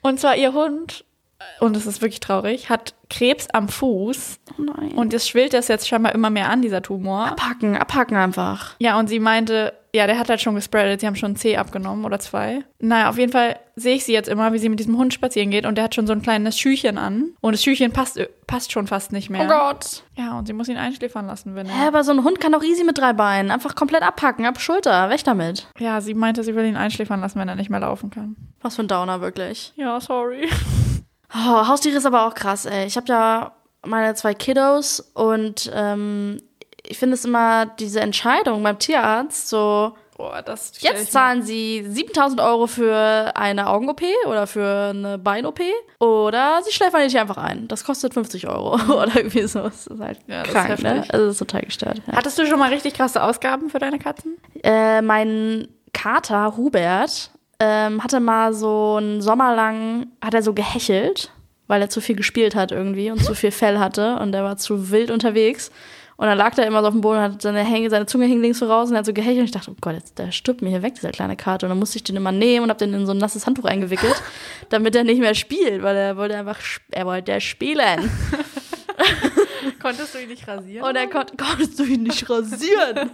S1: Und zwar ihr Hund, äh, und es ist wirklich traurig, hat Krebs am Fuß
S2: oh nein.
S1: und es schwillt das jetzt scheinbar immer mehr an, dieser Tumor.
S2: abhaken, abhaken einfach.
S1: Ja, und sie meinte, ja, der hat halt schon gespreadet. Sie haben schon einen Zeh abgenommen oder zwei. Naja, auf jeden Fall sehe ich sie jetzt immer, wie sie mit diesem Hund spazieren geht. Und der hat schon so ein kleines Schüchchen an. Und das Schüchchen passt, äh, passt schon fast nicht mehr.
S2: Oh Gott.
S1: Ja, und sie muss ihn einschläfern lassen, wenn
S2: Hä,
S1: er.
S2: aber so ein Hund kann doch easy mit drei Beinen. Einfach komplett abhacken, ab Schulter, weg damit.
S1: Ja, sie meinte, sie will ihn einschläfern lassen, wenn er nicht mehr laufen kann.
S2: Was für ein Downer, wirklich.
S1: Ja, sorry.
S2: Oh, Haustiere ist aber auch krass, ey. Ich habe ja meine zwei Kiddos und ähm, ich finde es immer diese Entscheidung beim Tierarzt so,
S1: Boah, das stell ich
S2: jetzt
S1: mir-
S2: zahlen sie 7000 Euro für eine Augen-OP oder für eine Bein-OP oder sie schläfern dich einfach ein. Das kostet 50 Euro oder irgendwie so. Das ist halt
S1: Ja, das ist
S2: krank, ne?
S1: heftig.
S2: Also das ist total gestört. Ja.
S1: Hattest du schon mal richtig krasse Ausgaben für deine Katzen?
S2: Äh, mein Kater Hubert ähm, hatte mal so einen Sommer lang, hat er so gehechelt, weil er zu viel gespielt hat irgendwie und zu viel Fell hatte und er war zu wild unterwegs. Und dann lag er immer so auf dem Boden und hat seine, Hänge, seine Zunge hing links so raus und er hat so gehechelt. Und ich dachte, oh Gott, jetzt, der stirbt mir hier weg, dieser kleine Kater. Und dann musste ich den immer nehmen und habe den in so ein nasses Handtuch eingewickelt, damit er nicht mehr spielt, weil er wollte einfach, sp- er wollte spielen.
S1: Konntest du ihn nicht rasieren?
S2: Und er konnte, konntest du ihn nicht rasieren?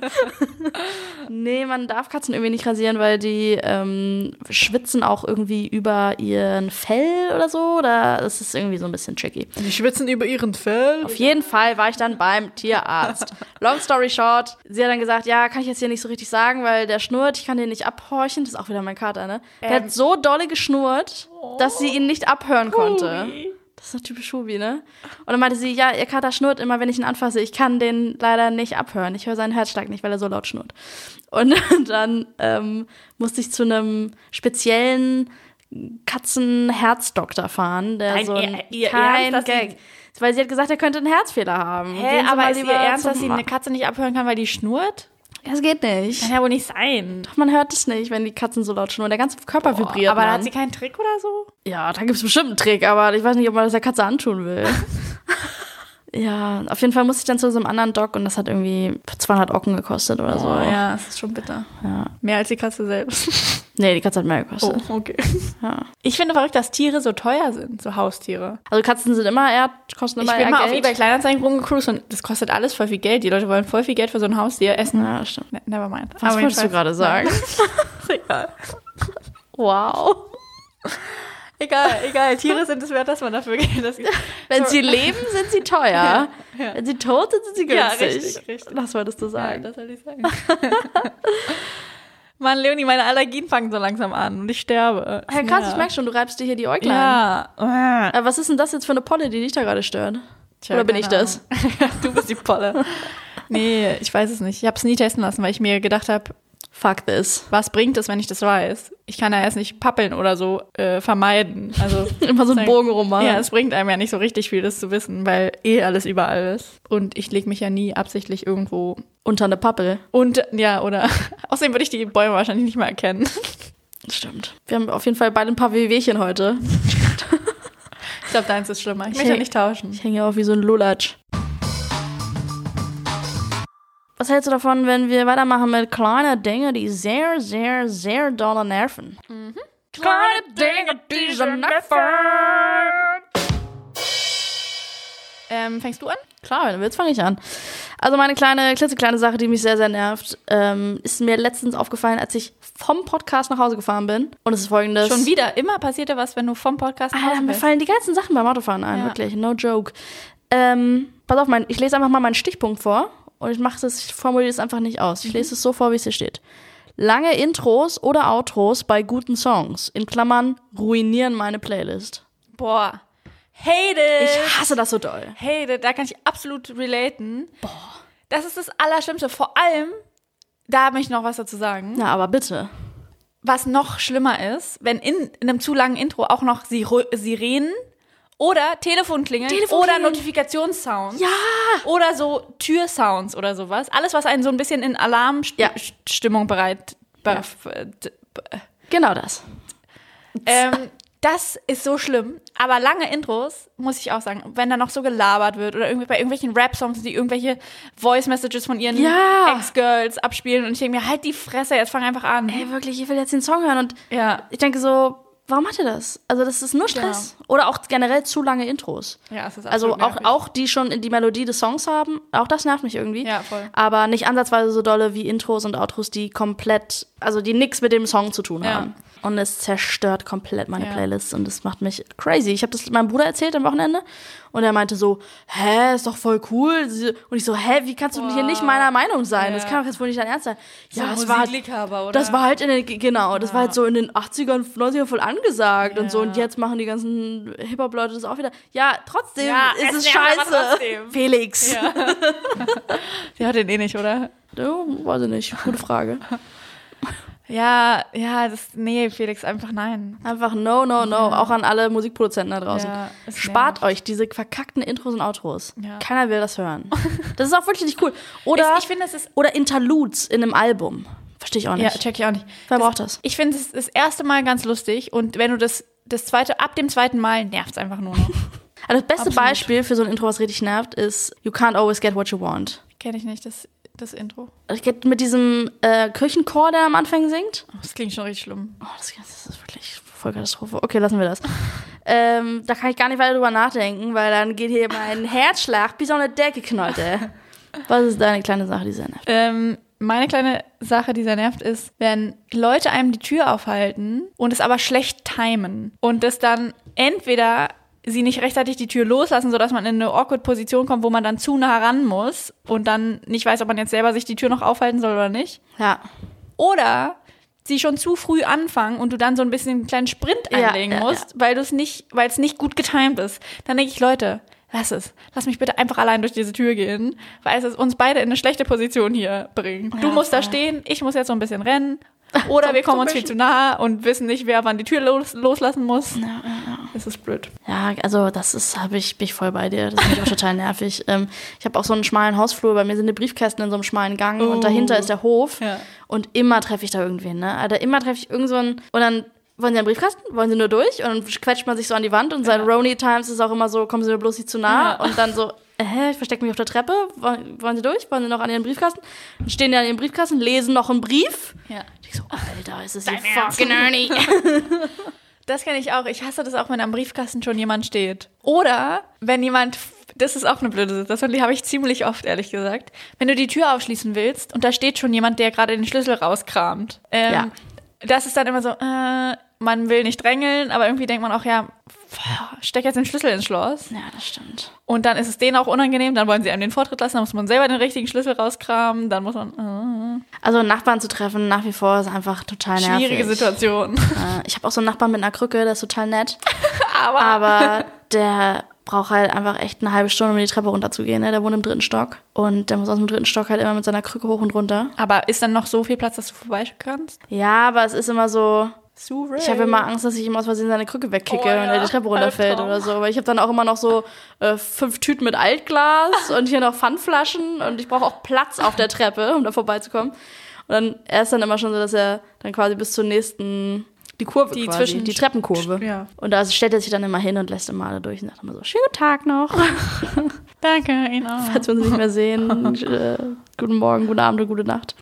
S2: nee, man darf Katzen irgendwie nicht rasieren, weil die ähm, schwitzen auch irgendwie über ihren Fell oder so. Oder es ist irgendwie so ein bisschen tricky.
S1: die schwitzen über ihren Fell.
S2: Auf jeden Fall war ich dann beim Tierarzt. Long story short, sie hat dann gesagt, ja, kann ich jetzt hier nicht so richtig sagen, weil der schnurrt, ich kann den nicht abhorchen. Das ist auch wieder mein Kater, ne? Der
S1: Ähm. Oh.
S2: hat so dolle geschnurrt, dass sie ihn nicht abhören konnte. Das ist doch typisch Hubi, ne? Und dann meinte sie, ja, ihr Kater schnurrt immer, wenn ich ihn anfasse. Ich kann den leider nicht abhören. Ich höre seinen Herzschlag nicht, weil er so laut schnurrt. Und dann ähm, musste ich zu einem speziellen Katzenherzdoktor fahren, der
S1: Nein,
S2: so ein,
S1: ihr- ihr
S2: kein
S1: Ernst, dass sie-
S2: Gag. Weil sie hat gesagt, er könnte einen Herzfehler haben.
S1: Hä,
S2: Gehen Sie
S1: aber
S2: mal
S1: ist ihr
S2: lieber
S1: ernst,
S2: zum
S1: dass sie eine
S2: Arzt.
S1: Katze nicht abhören kann, weil die schnurrt?
S2: Das geht nicht.
S1: Kann ja wohl nicht sein.
S2: Man hört es nicht, wenn die Katzen so laut schnurren. Der ganze Körper vibriert.
S1: aber
S2: Mann.
S1: da hat sie keinen Trick oder so?
S2: Ja, da gibt's bestimmt einen Trick, aber ich weiß nicht, ob man das der Katze antun will. ja, auf jeden Fall musste ich dann zu so einem anderen Doc und das hat irgendwie 200 Ocken gekostet oder so.
S1: ja, das ist schon bitter.
S2: Also Ja. Oh,
S1: Mehr als die Katze selbst.
S2: Nee, die Katze hat mehr gekostet.
S1: okay.
S2: Ja.
S1: Ich finde verrückt, dass Tiere so teuer sind, so Haustiere.
S2: Also Katzen sind immer eher, kosten
S1: Ich
S2: immer
S1: bin
S2: eher
S1: mal auf
S2: Geld.
S1: eBay Kleinanzeigen rumgecruised und das kostet alles voll viel Geld. Die Leute wollen voll viel Geld für so ein Haustier essen.
S2: ja, stimmt.
S1: Ne- Never mind.
S2: Was
S1: Aber
S2: wolltest du
S1: jedenfalls-
S2: gerade sagen?
S1: Egal.
S2: wow.
S1: Egal, egal. Tiere sind es wert, dass man dafür Geld das
S2: Wenn sie leben, sind sie teuer.
S1: ja.
S2: Wenn sie tot sind, sind sie
S1: Ja,
S2: günstig.
S1: richtig, richtig.
S2: Das wolltest du
S1: sagen.
S2: sagen.
S1: Das soll ich sagen. Mann, Leonie, meine Allergien fangen so langsam an und ich sterbe.
S2: Ja, krass,
S1: Ja.
S2: ich merk schon, du reibst dir hier die Äuglein.
S1: Ja.
S2: Aber was ist denn das jetzt für eine Polle, die dich da gerade stört? Oder bin ich das?
S1: du bist die Polle. Nee, ich weiß es nicht. Ich habe es nie testen lassen, weil ich mir gedacht habe,
S2: Fuck this.
S1: was bringt es, wenn ich das weiß? Ich kann ja erst nicht pappeln oder so äh, vermeiden. Also
S2: Immer so einen
S1: Sag-
S2: Bogen rummachen.
S1: ja, es bringt einem ja nicht so richtig viel, das zu wissen, weil eh alles überall ist. Und ich lege mich ja nie absichtlich irgendwo
S2: Unter eine Pappel.
S1: und ja oder außerdem würde ich die Bäume wahrscheinlich nicht mal erkennen.
S2: Stimmt. Wir haben auf jeden Fall beide ein paar WWchen heute.
S1: Ich glaube, deins ist schlimmer. Ich möchte nicht tauschen.
S2: Ich hänge ja auch wie so ein Lulatsch. Was hältst du davon, wenn wir weitermachen mit kleine Dinge, die sehr, sehr, sehr doll nerven? Kleine Dinge, die so nerven.
S1: Ähm, fängst du an?
S2: Klar, wenn du willst, fange ich an. Also meine kleine, klitzekleine Sache, die mich sehr, sehr nervt, ähm, ist mir letztens aufgefallen, als ich vom Podcast nach Hause gefahren bin. Und es ist folgendes.
S1: Schon wieder. Immer passiert ja was, wenn du vom Podcast nach
S2: Alter,
S1: Hause
S2: mir
S1: bist.
S2: fallen die ganzen Sachen beim Autofahren ein,
S1: Ja.
S2: wirklich. No joke. Ähm, pass auf, mein, ich lese einfach mal meinen Stichpunkt vor und ich mache das, ich formuliere es einfach nicht aus. Ich
S1: Mhm.
S2: lese es so vor, wie es hier steht. Lange Intros oder Outros bei guten Songs, in Klammern, ruinieren meine Playlist.
S1: Boah. Hate it.
S2: Ich hasse das so doll.
S1: Hey, da kann ich absolut relaten. Boah. Das ist das Allerschlimmste. Vor allem, da habe ich noch was dazu sagen.
S2: Na, aber bitte.
S1: Was noch schlimmer ist, wenn in, in einem zu langen Intro auch noch Siro- Sirenen oder Telefonklingeln
S2: Telefonklingeln.
S1: oder Notifikationssounds. Ja.
S2: Ah,
S1: Oder so Türsounds oder sowas. Alles, was einen so ein bisschen in
S2: Ja.
S1: Alarmstimmung bereit. äh, Be d-
S2: Genau das.
S1: ähm, das ist so schlimm. Aber lange Intros, muss ich auch sagen, wenn da noch so gelabert wird oder irgendwie bei irgendwelchen Rap-Songs, die irgendwelche Voice-Messages von ihren
S2: Ja.
S1: Ex-Girls abspielen und ich denke mir, halt die Fresse, jetzt fang einfach an.
S2: Ey, wirklich, ich will jetzt den Song hören und
S1: Ja.
S2: ich denke so, warum hat er das? Also das ist nur Stress. Oder auch generell zu lange Intros.
S1: Ja, es ist
S2: Also
S1: absolut
S2: auch,
S1: nervig.
S2: auch die schon in die Melodie des Songs haben, auch das nervt mich irgendwie.
S1: Ja, voll.
S2: Aber nicht ansatzweise so dolle wie Intros und Outros, die komplett, also die nichts mit dem Song zu tun
S1: Ja.
S2: haben. Und es zerstört komplett meine
S1: Ja.
S2: Playlist und es macht mich crazy. Ich habe das meinem Bruder erzählt am Wochenende und er meinte so, hä, ist doch voll cool. Und ich so, hä, wie kannst du hier nicht meiner Meinung sein? Das
S1: Ja.
S2: kann doch jetzt wohl nicht dein Ernst sein.
S1: So
S2: Ja, es war,
S1: Musikliebhaber, oder?
S2: das war halt in den, genau, das war halt so in den 80ern, 90ern voll angesagt und so. Und
S1: Ja.
S2: jetzt machen die ganzen Hip-Hop-Leute das auch wieder. Ja, trotzdem
S1: Ja,
S2: ist es
S1: es nervt aber
S2: scheiße.
S1: trotzdem.
S2: Felix.
S1: Sie hat den eh nicht, oder?
S2: Ja, weiß ich nicht. Gute Frage.
S1: Ja, ja, das. Nee, Felix, einfach nein.
S2: Einfach no, no, no. Auch an alle Musikproduzenten da draußen.
S1: Ja, es nervt.
S2: Spart euch diese verkackten Intros und Outros.
S1: Ja.
S2: Keiner will das hören. Das ist auch wirklich nicht cool. Oder,
S1: Ich- ich finde, es ist-
S2: oder Interludes in einem Album. Verstehe ich auch
S1: Ja,
S2: nicht.
S1: check ich auch nicht.
S2: Wer braucht das?
S1: Ich finde es das erste Mal ganz lustig und wenn du das das zweite ab dem zweiten Mal nervt es einfach nur noch.
S2: also das beste
S1: Absolut.
S2: Beispiel für so ein Intro, was richtig nervt, ist You Can't Always Get What You Want.
S1: Kenne ich nicht das das Intro.
S2: Es geht mit diesem äh, Kirchenchor, der am Anfang singt.
S1: Oh, das klingt schon richtig schlimm.
S2: Oh, das, das ist wirklich voll Katastrophe. Okay, lassen wir das. ähm, da kann ich gar nicht weiter drüber nachdenken, weil dann geht hier mein Herzschlag bis an eine Decke knallt, ey. Was ist deine kleine Sache, die sehr nervt?
S1: Ähm, meine kleine Sache, die sehr nervt, ist, wenn Leute einem die Tür aufhalten und es aber schlecht timen und es dann entweder sie nicht rechtzeitig die Tür loslassen, sodass man in eine awkward Position kommt, wo man dann zu nah ran muss und dann nicht weiß, ob man jetzt selber sich die Tür noch aufhalten soll oder nicht.
S2: Ja.
S1: Oder sie schon zu früh anfangen und du dann so ein bisschen einen kleinen Sprint
S2: Ja,
S1: einlegen
S2: ja,
S1: musst, weil du es nicht, weil es nicht gut getimt ist. Dann denke ich, Leute, lass es. Lass mich bitte einfach allein durch diese Tür gehen, weil es uns beide in eine schlechte Position hier bringt. du musst da stehen, ich muss jetzt so ein bisschen rennen. Oder wir kommen uns viel zu nah und wissen nicht, wer wann die Tür los, loslassen muss. Es ist blöd.
S2: Ja, also das ist, habe ich, bin ich voll bei dir. Das finde ich auch total nervig. Ähm, ich habe auch so einen schmalen Hausflur, bei mir sind die Briefkästen in so einem schmalen Gang und dahinter ist der Hof.
S1: Ja.
S2: Und immer treffe ich da irgendwen, ne? Alter, immer treffe ich irgend so einen, und dann wollen sie einen Briefkasten, wollen sie nur durch und dann quetscht man sich so an die Wand und seit Rony Times ist auch immer so, kommen sie mir bloß nicht zu nah
S1: Ja.
S2: und dann so, hä, ich verstecke mich auf der Treppe, wollen, wollen sie durch, wollen sie noch an ihren Briefkasten? Dann stehen die an ihren Briefkasten, lesen noch einen Brief.
S1: Ja.
S2: Ich so, Alter, ist das hier
S1: Dein Ernst?
S2: fucking Ernie.
S1: Das kenne ich auch. Ich hasse das auch, wenn am Briefkasten schon jemand steht. Oder wenn jemand, das ist auch eine blöde Situation, die habe ich ziemlich oft, ehrlich gesagt. Wenn du die Tür aufschließen willst und da steht schon jemand, der gerade den Schlüssel rauskramt. Ähm,
S2: Ja.
S1: Das ist dann immer so, äh, man will nicht drängeln, aber irgendwie denkt man auch, ja, pff, steck jetzt den Schlüssel ins Schloss.
S2: Ja, das stimmt.
S1: Und dann ist es denen auch unangenehm, dann wollen sie einem den Vortritt lassen, dann muss man selber den richtigen Schlüssel rauskramen, dann muss man,
S2: Also Nachbarn zu treffen nach wie vor ist einfach total
S1: äh,
S2: nervig.
S1: schwierige Situation.
S2: Äh, Ich habe auch so einen Nachbarn mit einer Krücke, der ist total nett.
S1: aber,
S2: Aber der braucht halt einfach echt eine halbe Stunde, um die Treppe runterzugehen. Ne? Der wohnt im dritten Stock. Und der muss aus dem dritten Stock halt immer mit seiner Krücke hoch und runter.
S1: aber ist dann noch so viel Platz, dass du vorbei kannst?
S2: Ja, aber es ist immer so.
S1: Surrey.
S2: Ich habe immer Angst, dass ich ihm aus Versehen seine Krücke wegkicke
S1: Oh, ja.
S2: und er die Treppe runterfällt
S1: Albtraum.
S2: oder so. Aber ich habe dann auch immer noch so äh, fünf Tüten mit Altglas und hier noch Pfandflaschen und ich brauche auch Platz auf der Treppe, um da vorbeizukommen. Und dann er ist dann immer schon so, dass er dann quasi bis zur nächsten die Kurve
S1: Die
S2: quasi,
S1: zwischen-
S2: die Treppenkurve.
S1: Ja.
S2: Und da stellt er sich dann immer hin und lässt immer alle durch und sagt immer so, schönen guten Tag noch,
S1: Danke, Ihnen auch.
S2: falls wir uns nicht mehr sehen. Und, äh, guten Morgen, guten Abend und gute Nacht.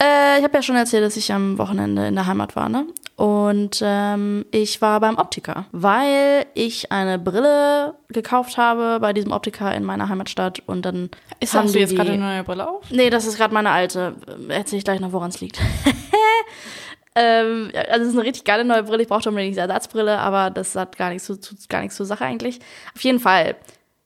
S2: Äh, ich habe ja schon erzählt, dass ich am Wochenende in der Heimat war, ne? Und ähm, ich war beim Optiker, weil ich eine Brille gekauft habe bei diesem Optiker in meiner Heimatstadt und dann
S1: Ist
S2: haben
S1: hast du
S2: die
S1: jetzt
S2: die-
S1: gerade eine neue Brille auf?
S2: Nee, das ist gerade meine alte. Erzähl ich gleich noch, woran es liegt. ähm, ja, also es ist eine richtig geile neue Brille. Ich brauchte unbedingt diese Ersatzbrille, aber das hat gar nichts, zu, zu, gar nichts zur Sache eigentlich. Auf jeden Fall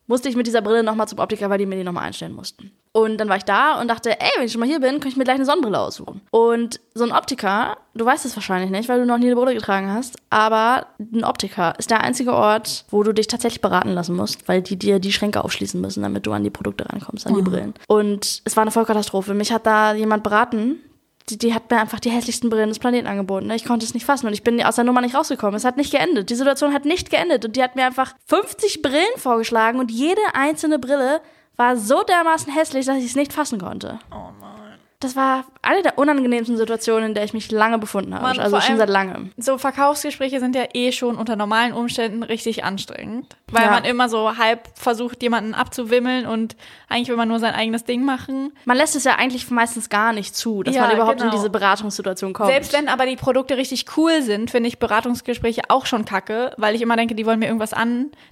S2: musste ich mit dieser Brille nochmal zum Optiker, weil die mir die nochmal einstellen mussten. Und dann war ich da und dachte, ey, wenn ich schon mal hier bin, kann ich mir gleich eine Sonnenbrille aussuchen. Und so ein Optiker, du weißt es wahrscheinlich nicht, weil du noch nie eine Brille getragen hast, aber ein Optiker ist der einzige Ort, wo du dich tatsächlich beraten lassen musst, weil die dir die Schränke aufschließen müssen, damit du an die Produkte rankommst, an die Brillen. Und es war eine Vollkatastrophe. Mich hat da jemand beraten, die, die hat mir einfach die hässlichsten Brillen des Planeten angeboten. ne? Ich konnte es nicht fassen und ich bin aus der Nummer nicht rausgekommen. Es hat nicht geendet. Die Situation hat nicht geendet und die hat mir einfach 50 Brillen vorgeschlagen und jede einzelne Brille war so dermaßen hässlich, dass ich es nicht fassen konnte.
S1: Oh nein.
S2: das war eine der unangenehmsten Situationen, in der ich mich lange befunden habe.
S1: Mann,
S2: also
S1: vor
S2: schon
S1: allem-
S2: seit langem.
S1: So Verkaufsgespräche sind ja eh schon unter normalen Umständen richtig anstrengend, weil
S2: Ja.
S1: man immer so halb versucht, jemanden abzuwimmeln und eigentlich will man nur sein eigenes Ding machen.
S2: Man lässt es ja eigentlich meistens gar nicht zu, dass
S1: Ja,
S2: man überhaupt in
S1: genau.
S2: diese Beratungssituation kommt.
S1: Selbst wenn aber die Produkte richtig cool sind, finde ich Beratungsgespräche auch schon kacke, weil ich immer denke, die wollen mir irgendwas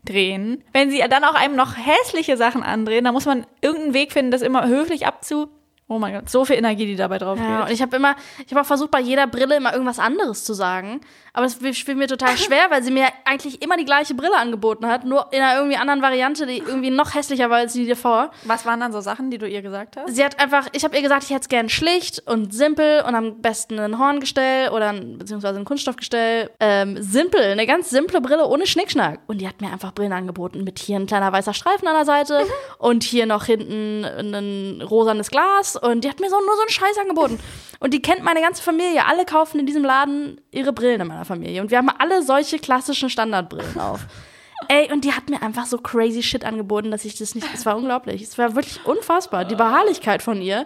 S1: andrehen. Wenn sie dann auch einem noch hässliche Sachen andrehen, dann muss man irgendeinen Weg finden, das immer höflich abzu... Oh mein Gott, so viel Energie, die dabei drauf
S2: ja, und
S1: geht.
S2: ich habe immer, ich habe auch versucht, bei jeder Brille immer irgendwas anderes zu sagen. Aber das fiel mir total schwer, weil sie mir eigentlich immer die gleiche Brille angeboten hat, nur in einer irgendwie anderen Variante, die irgendwie noch hässlicher war als die davor.
S1: Was waren dann so Sachen, die du ihr gesagt hast?
S2: Sie hat einfach, ich habe ihr gesagt, ich hätte es gern schlicht und simpel und am besten ein Horngestell oder ein, beziehungsweise ein Kunststoffgestell. Ähm, simpel, eine ganz simple Brille ohne Schnickschnack. Und die hat mir einfach Brillen angeboten mit hier ein kleiner weißer Streifen an der Seite und hier noch hinten ein rosanes Glas. Und die hat mir so nur so einen Scheiß angeboten. Und die kennt meine ganze Familie. Alle kaufen in diesem Laden ihre Brillen in meiner Familie. Und wir haben alle solche klassischen Standardbrillen auf. Ey, und die hat mir einfach so crazy shit angeboten, dass ich das nicht. Es war unglaublich. Es war wirklich unfassbar. Die Beharrlichkeit von ihr,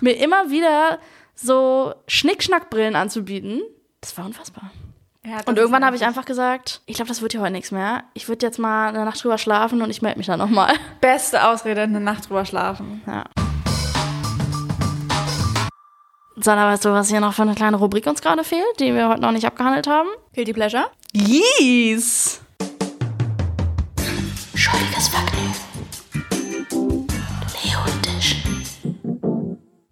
S2: mir immer wieder so Schnickschnackbrillen anzubieten, das war unfassbar.
S1: Ja, das
S2: Und
S1: ist
S2: irgendwann habe ich
S1: nervig.
S2: einfach gesagt, ich glaube, das wird ja heute nichts mehr. Ich würde jetzt mal eine Nacht drüber schlafen und ich melde mich dann nochmal.
S1: Beste Ausrede, eine Nacht drüber schlafen.
S2: Ja. Sana, weißt du, was hier noch für eine kleine Rubrik uns gerade fehlt, die wir heute noch nicht abgehandelt haben?
S1: Guilty Pleasure?
S2: Yes!
S4: Schuldiges Vergnügen. Leo und Tisch.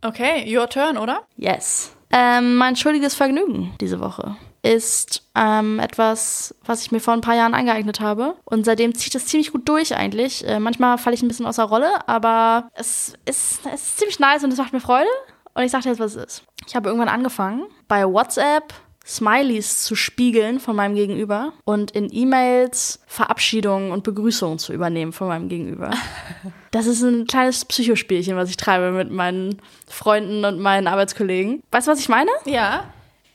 S1: Okay, your turn, oder?
S2: Yes. Ähm, mein schuldiges Vergnügen diese Woche ist ähm, etwas, was ich mir vor ein paar Jahren angeeignet habe. Und seitdem zieht es ziemlich gut durch eigentlich. Äh, manchmal falle ich ein bisschen außer Rolle, aber es ist, es ist ziemlich nice und es macht mir Freude. Und ich sage dir jetzt, was es ist. Ich habe irgendwann angefangen, bei WhatsApp Smileys zu spiegeln von meinem Gegenüber und in E-Mails Verabschiedungen und Begrüßungen zu übernehmen von meinem Gegenüber. Das ist ein kleines Psychospielchen, was ich treibe mit meinen Freunden und meinen Arbeitskollegen. Weißt du, was ich meine?
S1: Ja.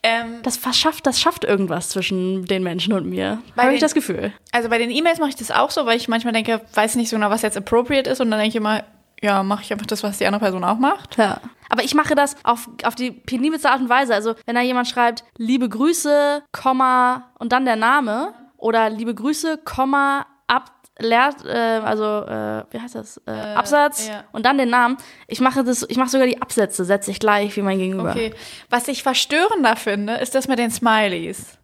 S1: Ähm,
S2: Das verschafft, das schafft irgendwas zwischen den Menschen und mir.
S1: Bei
S2: Habe ich
S1: den-
S2: das Gefühl.
S1: also bei den E-Mails mache ich das auch so, weil ich manchmal denke, weiß nicht so genau, was jetzt appropriate ist. Und dann denke ich immer, ja, mache ich einfach das, was die andere Person auch macht.
S2: Ja. Aber ich mache das auf, auf die penibelste Art und Weise. Also, wenn da jemand schreibt, liebe Grüße, Komma und dann der Name oder liebe Grüße, Komma, ab, lehrt, äh, also, äh, wie heißt das? Äh, Absatz
S1: ja.
S2: und dann den Namen. Ich mache das, ich mache sogar die Absätze, setze ich gleich wie mein Gegenüber.
S1: Okay. Was ich verstörender finde, ist das mit den Smileys.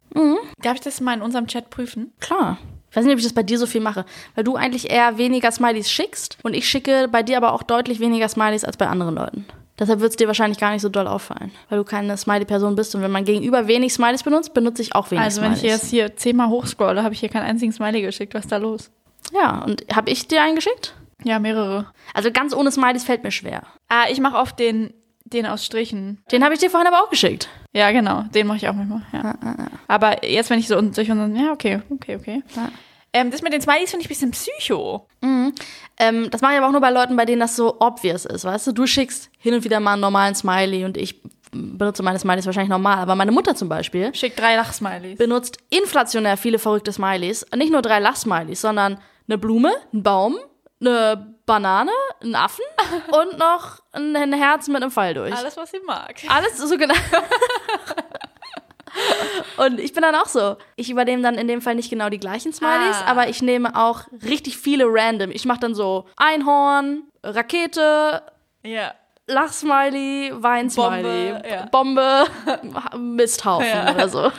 S1: Darf ich das mal in unserem Chat prüfen?
S2: Klar. Ich weiß nicht, ob ich das bei dir so viel mache, weil du eigentlich eher weniger Smileys schickst und ich schicke bei dir aber auch deutlich weniger Smileys als bei anderen Leuten. Deshalb wird es dir wahrscheinlich gar nicht so doll auffallen, weil du keine Smiley-Person bist und wenn man gegenüber wenig Smileys benutzt, benutze ich auch wenig
S1: also wenn
S2: Smileys.
S1: ich jetzt hier zehnmal hochscrolle, habe ich hier keinen einzigen Smiley geschickt. Was ist da los?
S2: ja, und habe ich dir einen geschickt?
S1: Ja, mehrere.
S2: Also ganz ohne Smileys fällt mir schwer.
S1: Ah, ich mache oft den, den aus Strichen.
S2: Den habe ich dir vorhin aber auch geschickt.
S1: Ja, genau. Den mache ich auch manchmal. Ja. Aber jetzt, wenn ich so un- durch unseren. Ja, okay, okay, okay. Ähm, das mit den Smileys finde ich ein bisschen psycho.
S2: Ähm, das mache ich aber auch nur bei Leuten, bei denen das so obvious ist, weißt du? Du schickst hin und wieder mal einen normalen Smiley und ich benutze meine Smileys wahrscheinlich normal, aber meine Mutter zum Beispiel
S1: Schick drei Lachsmileys.
S2: benutzt inflationär viele verrückte Smileys. Nicht nur drei Lachsmileys, sondern eine Blume, einen Baum, eine Banane, einen Affen und noch ein ein Herz mit einem Pfeil durch.
S1: Alles, was sie mag.
S2: Alles so genau. Und ich bin dann auch so. Ich übernehme dann in dem Fall nicht genau die gleichen Smileys,
S1: Ah.
S2: aber ich nehme auch richtig viele random. Ich mache dann so Einhorn, Rakete,
S1: Ja.
S2: Lachsmiley, Weinsmiley,
S1: Bombe, ja.
S2: Bombe Misthaufen oder so.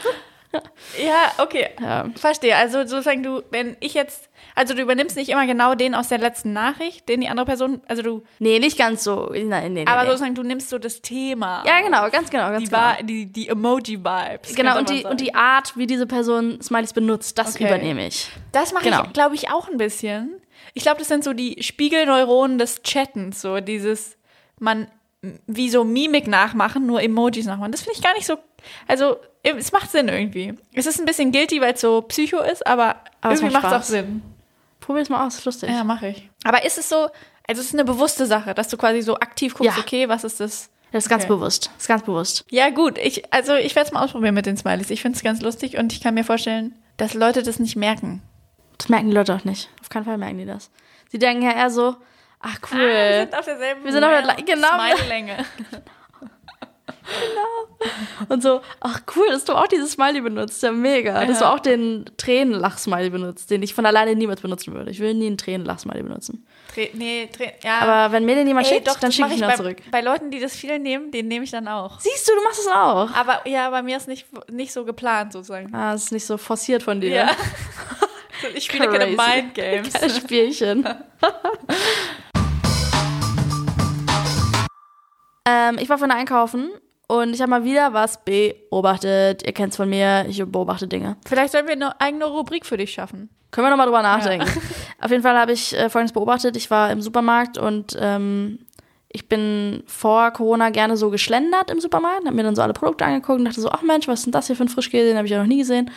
S1: Ja, okay.
S2: Ja.
S1: Verstehe. Also sozusagen du, wenn ich jetzt, also du übernimmst nicht immer genau den aus der letzten Nachricht, den die andere Person, also du,
S2: Nee, nicht ganz so. Nein, nein, nein.
S1: aber
S2: nee.
S1: sozusagen du nimmst so das Thema.
S2: Ja, genau, ganz genau, ganz
S1: Die,
S2: genau.
S1: Wa- die, die Emoji-Vibes.
S2: Genau,
S1: könnte
S2: und
S1: man
S2: die,
S1: sagen.
S2: und die Art, wie diese Person Smileys benutzt, das
S1: Okay.
S2: übernehme ich.
S1: Das mache
S2: Genau.
S1: ich, glaube ich, auch ein bisschen. Ich glaube, das sind so die Spiegelneuronen des Chattens, so dieses, man, wie so Mimik nachmachen, nur Emojis nachmachen. Das finde ich gar nicht so, also es macht Sinn irgendwie. Es ist ein bisschen guilty, weil es so psycho ist, aber,
S2: Aber es
S1: irgendwie
S2: macht
S1: macht es auch
S2: Spaß.
S1: Sinn.
S2: Probier es mal aus, ist lustig.
S1: Ja, mache ich. Aber ist es so, also es ist eine bewusste Sache, dass du quasi so aktiv guckst,
S2: Ja.
S1: okay, was ist das?
S2: Das ist ganz
S1: Okay.
S2: bewusst. Das ist ganz bewusst.
S1: Ja, gut, ich, also ich werde es mal ausprobieren mit den Smileys. Ich finde es ganz lustig und ich kann mir vorstellen, dass Leute das nicht merken.
S2: Das merken die Leute auch nicht. Auf keinen Fall merken die das. Sie denken ja eher so, ach cool.
S1: Ah, Äh. auf derselben
S2: Wir sind auf der gleichen- genau.
S1: Smile-Länge.
S2: Und so, ach cool, dass du auch dieses Smiley benutzt. Ja, mega. Dass du
S1: Ja.
S2: auch den Tränenlach-Smiley benutzt, den ich von alleine niemals benutzen würde. Ich will nie einen Tränenlach-Smiley benutzen.
S1: Tre nee, tre ja.
S2: Aber wenn mir den jemand
S1: Ah. Ey,
S2: schickt, dann
S1: das
S2: schicke
S1: mach
S2: ich ihn auch
S1: bei,
S2: zurück.
S1: Bei Leuten, die das viel nehmen, den nehme ich dann auch.
S2: Siehst du, du machst es auch.
S1: Aber ja, bei mir ist nicht, nicht so geplant sozusagen.
S2: Ah, das ist nicht so forciert von dir.
S1: Ja. So, ich spiele keine
S2: Crazy.
S1: Mind Games.
S2: Keine Spielchen. ähm, ich war vorhin einkaufen und ich habe mal wieder was beobachtet. Ihr kennt's von mir, ich beobachte Dinge.
S1: Vielleicht sollten wir eine eigene Rubrik für dich schaffen.
S2: Können wir nochmal drüber nachdenken. Auf jeden Fall habe ich äh, Folgendes beobachtet. Ich war im Supermarkt und ähm, ich bin vor Corona gerne so geschlendert im Supermarkt, habe mir dann so alle Produkte angeguckt und dachte so, ach Mensch, was ist denn das hier für ein Frischkäse, den habe ich ja noch nie gesehen.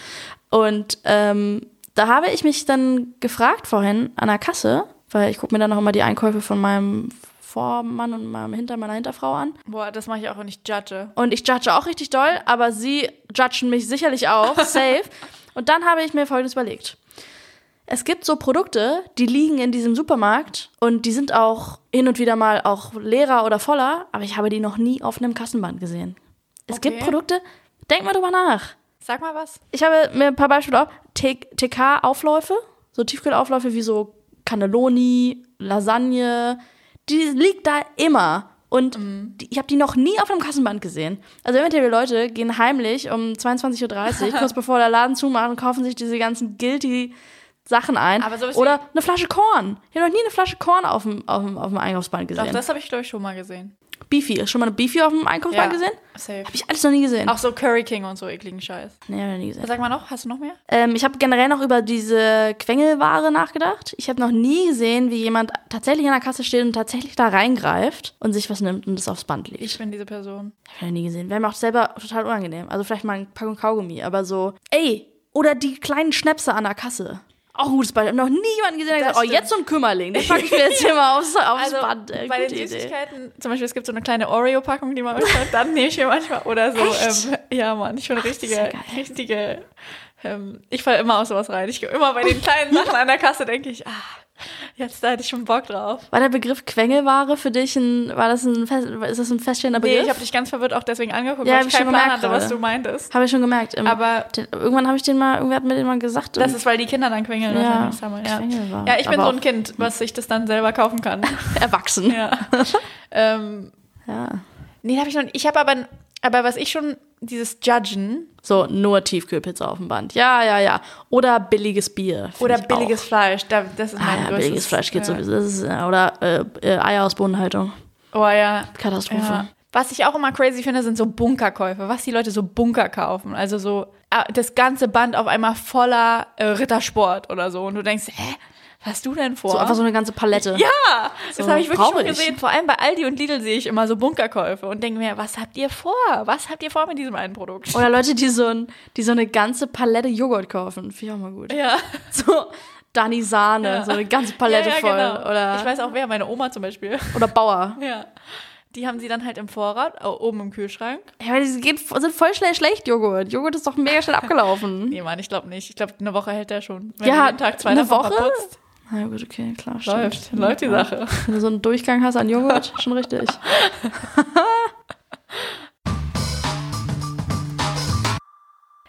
S2: Und ähm, da habe ich mich dann gefragt vorhin an der Kasse, weil ich gucke mir dann noch immer die Einkäufe von meinem Vormann und meinem Hinter meiner Hinterfrau an.
S1: Boah, das mache ich auch und ich judge.
S2: Und ich judge auch richtig doll, aber sie judgen mich sicherlich auch, safe. Und dann habe ich mir Folgendes überlegt. Es gibt so Produkte, die liegen in diesem Supermarkt und die sind auch hin und wieder mal auch leerer oder voller, aber ich habe die noch nie auf einem Kassenband gesehen. Es
S1: Okay.
S2: gibt Produkte, denk mal drüber nach.
S1: Sag mal was.
S2: Ich habe mir ein paar Beispiele auf. TK-Aufläufe, so Tiefkühlaufläufe wie so Cannelloni, Lasagne, die liegt da immer. Und
S1: Mhm.
S2: die, ich habe die noch nie auf einem Kassenband gesehen. Also eventuell Leute gehen heimlich um 22.30 Uhr, kurz bevor der Laden zumacht, und kaufen sich diese ganzen guilty Sachen ein.
S1: Aber sowas wie-
S2: Oder eine Flasche Korn. Ich habe noch nie eine Flasche Korn auf dem, auf dem, auf dem Einkaufsband
S1: Doch,
S2: gesehen.
S1: das habe ich, glaube ich, schon mal gesehen.
S2: Beefy. Schon mal eine Beefy auf dem Einkaufsband gesehen?
S1: Safe.
S2: Habe ich alles noch nie gesehen.
S1: Auch so Curry King und so ekligen Scheiß.
S2: Nee, hab ich noch nie gesehen.
S1: Sag mal noch, hast du noch mehr?
S2: Ähm, ich habe generell noch über diese Quengelware nachgedacht. Ich habe noch nie gesehen, wie jemand tatsächlich an der Kasse steht und tatsächlich da reingreift und sich was nimmt und das aufs Band legt.
S1: Ich bin diese Person.
S2: Hab ich noch nie gesehen. Wäre mir auch selber total unangenehm. Also vielleicht mal ein Packung Kaugummi, aber so, ey, oder die kleinen Schnäpse an der Kasse. Auch ein gutes Beispiel. Ich habe noch nie jemanden gesehen,
S1: Das
S2: der gesagt hat, oh,
S1: stimmt.
S2: jetzt so ein Kümmerling. Den packe ich mir jetzt hier mal aufs, aufs
S1: Also
S2: Band. Ey,
S1: bei den
S2: Äh, gute Idee.
S1: Süßigkeiten, zum Beispiel, es gibt so eine kleine Oreo-Packung, die man mitschreibt, dann nehme ich mir manchmal oder so.
S2: Echt?
S1: Ähm, ja, Mann, ich bin richtige,
S2: ja geil.
S1: richtige, ähm, ich falle immer auf sowas rein. Ich gehe immer bei den kleinen Sachen an der Kasse, denke ich, ah, jetzt da hätte ich schon Bock drauf.
S2: War der Begriff Quengelware für dich ein, war das ein, fest, ist das ein feststehender
S1: Nee,
S2: Begriff?
S1: ich habe dich ganz verwirrt auch deswegen angeguckt,
S2: Ja,
S1: weil
S2: hab
S1: ich
S2: ich schon
S1: keinen Plan
S2: gemerkt
S1: hatte, was
S2: gerade.
S1: du meintest.
S2: Habe ich schon gemerkt. Im-
S1: Aber-
S2: den, irgendwann habe ich den mal, irgendwer hat mir den mal gesagt.
S1: Das ist, weil die Kinder dann quengeln
S2: Ja,
S1: wahrscheinlich, sag mal,
S2: Quengelware.
S1: ja. ja, ich bin
S2: Aber
S1: so ein
S2: auch-
S1: Kind, was sich das dann selber kaufen kann.
S2: erwachsen.
S1: ja. ähm,
S2: Ja.
S1: nee, habe ich noch nicht. Ich habe aber, aber was ich schon, dieses Judgen,
S2: So, nur Tiefkühlpizza auf dem Band. Ja, ja, ja. Oder billiges Bier. find
S1: Oder
S2: ich
S1: billiges
S2: auch.
S1: Fleisch, da, das ist
S2: Ah,
S1: mein
S2: ja,
S1: größtes.
S2: billiges Fleisch geht
S1: ja.
S2: sowieso. Das ist, äh, oder äh, äh, Eier aus Bodenhaltung.
S1: Oh ja.
S2: Katastrophe.
S1: ja. Was ich auch immer crazy finde, sind so Bunkerkäufe. Was die Leute so Bunker kaufen. Also so ah, das ganze Band auf einmal voller äh, Rittersport oder so. Und du denkst, hä, was hast du denn vor?
S2: So einfach so eine ganze Palette.
S1: ja, das
S2: so
S1: habe ich wirklich
S2: brauche
S1: schon
S2: ich.
S1: gesehen. Vor allem bei Aldi und Lidl sehe ich immer so Bunkerkäufe und denke mir, was habt ihr vor? Was habt ihr vor mit diesem einen Produkt?
S2: Oder Leute, die so, ein, die so eine ganze Palette Joghurt kaufen. Finde ich auch mal gut.
S1: ja.
S2: So, Dani Sahne, so eine ganze Palette
S1: ja, ja,
S2: voll.
S1: Genau. ich
S2: Oder,
S1: weiß auch wer, meine Oma zum Beispiel.
S2: oder Bauer.
S1: Ja. Die haben sie dann halt im Vorrat, oh, oben im Kühlschrank.
S2: Ja, weil die geht, sind voll schnell schlecht, Joghurt. Joghurt ist doch mega schnell abgelaufen.
S1: Nee, Mann, ich glaube nicht. Ich glaube, eine Woche hält der schon. Wenn
S2: Ja,
S1: du jeden Tag zwei
S2: eine
S1: davon
S2: Woche?
S1: verputzt,
S2: Na gut, okay, klar. stimmt.
S1: läuft. Läuft die
S2: Ja.
S1: Sache.
S2: Wenn du so einen Durchgang hast an Joghurt, schon richtig.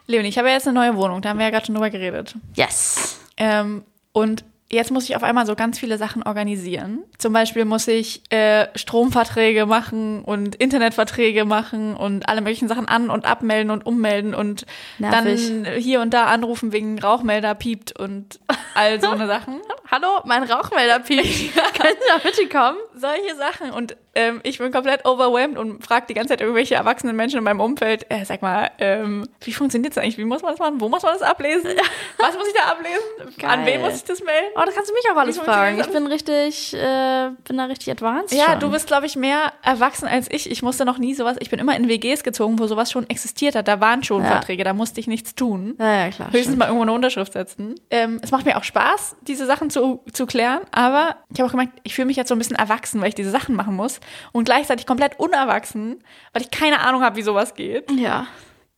S1: Leonie, ich habe ja jetzt eine neue Wohnung. Da haben wir ja gerade schon drüber geredet.
S2: Yes.
S1: Ähm, und jetzt muss ich auf einmal so ganz viele Sachen organisieren. Zum Beispiel muss ich äh, Stromverträge machen und Internetverträge machen und alle möglichen Sachen an- und abmelden und ummelden und
S2: Nervig.
S1: dann hier und da anrufen wegen Rauchmelder piept und all so eine Sachen.
S2: Hallo, mein Rauchmelder piept. Können Sie da bitte kommen?
S1: solche Sachen. Und ähm, ich bin komplett overwhelmed und frage die ganze Zeit irgendwelche erwachsenen Menschen in meinem Umfeld, äh, sag mal, ähm, wie funktioniert das eigentlich? Wie muss man das machen? Wo muss man das ablesen? Was muss ich da ablesen? An
S2: Geil.
S1: wen muss ich das melden?
S2: Oh, da kannst du mich auch alles
S1: Wie
S2: fragen.
S1: funktioniert
S2: Ich bin richtig, äh, bin da richtig advanced.
S1: Ja,
S2: schon.
S1: du bist, glaube ich, mehr erwachsen als ich. Ich musste noch nie sowas, ich bin immer in WGs gezogen, wo sowas schon existiert hat. Da waren schon
S2: Ja.
S1: Verträge, da musste ich nichts tun.
S2: Ja, ja, klar.
S1: Höchstens
S2: stimmt.
S1: mal irgendwo eine Unterschrift setzen. Ähm, es macht mir auch Spaß, diese Sachen zu, zu klären, aber ich habe auch gemerkt, ich fühle mich jetzt so ein bisschen erwachsen, weil ich diese Sachen machen muss und gleichzeitig komplett unerwachsen, weil ich keine Ahnung habe, wie sowas geht.
S2: Ja.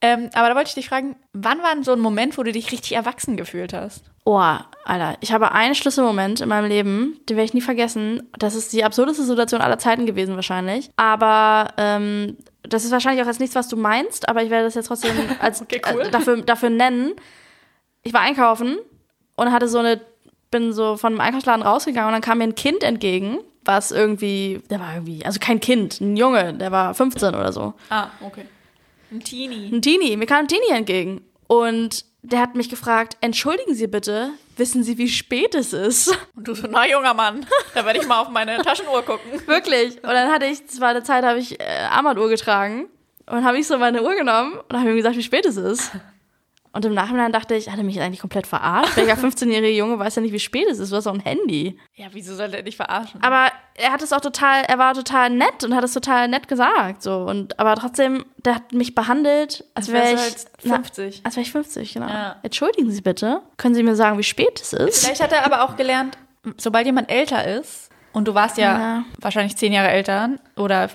S1: Ähm, aber da wollte ich dich fragen, wann war denn so ein Moment, wo du dich richtig erwachsen gefühlt hast?
S2: Oh, Alter, ich habe einen Schlüsselmoment in meinem Leben, den werde ich nie vergessen. Das ist die absurdeste Situation aller Zeiten gewesen wahrscheinlich. Aber ähm, das ist wahrscheinlich auch jetzt nichts, was du meinst, aber ich werde das jetzt trotzdem als,
S1: Okay, cool.
S2: äh, dafür, dafür nennen. Ich war einkaufen und hatte so eine, bin so von dem Einkaufsladen rausgegangen und dann kam mir ein Kind entgegen, was irgendwie, der war irgendwie, also kein Kind, ein Junge, der war 15 oder so.
S1: Ah, okay. Ein Teenie.
S2: Ein Teenie, mir kam ein Teenie entgegen. Und der hat mich gefragt, entschuldigen Sie bitte, wissen Sie, wie spät es ist?
S1: Und du so, na junger Mann, da werde ich mal auf meine Taschenuhr gucken.
S2: Wirklich. Und dann hatte ich, das war eine Zeit, habe ich äh, Armbanduhr getragen und habe ich so meine Uhr genommen und habe ihm gesagt, wie spät es ist. Und im Nachhinein dachte ich, hat er mich eigentlich komplett verarscht? Welcher 15-jährige Junge weiß ja nicht, wie spät es ist, du hast auch ein Handy.
S1: Ja, wieso soll der dich verarschen?
S2: Aber er hat es auch total, er war total nett und hat es total nett gesagt. So. Und, aber trotzdem, der hat mich behandelt, als
S1: wärst
S2: wäre
S1: du
S2: ich.
S1: halt
S2: na,
S1: 50.
S2: als wäre ich 50, genau.
S1: Ja.
S2: Entschuldigen Sie bitte, können Sie mir sagen, wie spät es ist?
S1: Vielleicht hat er aber auch gelernt, sobald jemand älter ist, und du warst ja,
S2: Ja.
S1: wahrscheinlich zehn Jahre älter, oder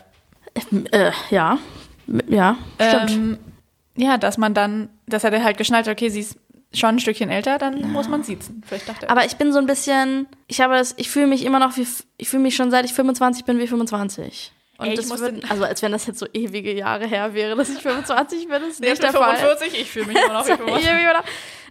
S2: Äh, ja. M- Ja, stimmt.
S1: ähm, ja, dass man dann, dass er halt geschnallt hat, okay, sie ist schon ein Stückchen älter, dann muss man siezen. Vielleicht dachte er.
S2: Aber ich bin so ein bisschen, ich habe das, ich fühle mich immer noch wie, f- ich fühle mich schon seit ich 25 bin wie 25. Und
S1: Ey, ich
S2: das
S1: musste-
S2: würden, also als wenn das jetzt so ewige Jahre her wäre, dass ich 25 bin, ist
S1: Der Also, ist
S2: nicht
S1: mit
S2: der Fall.
S1: 45, ich fühle mich immer noch wie 45.
S2: Irgendwie oder-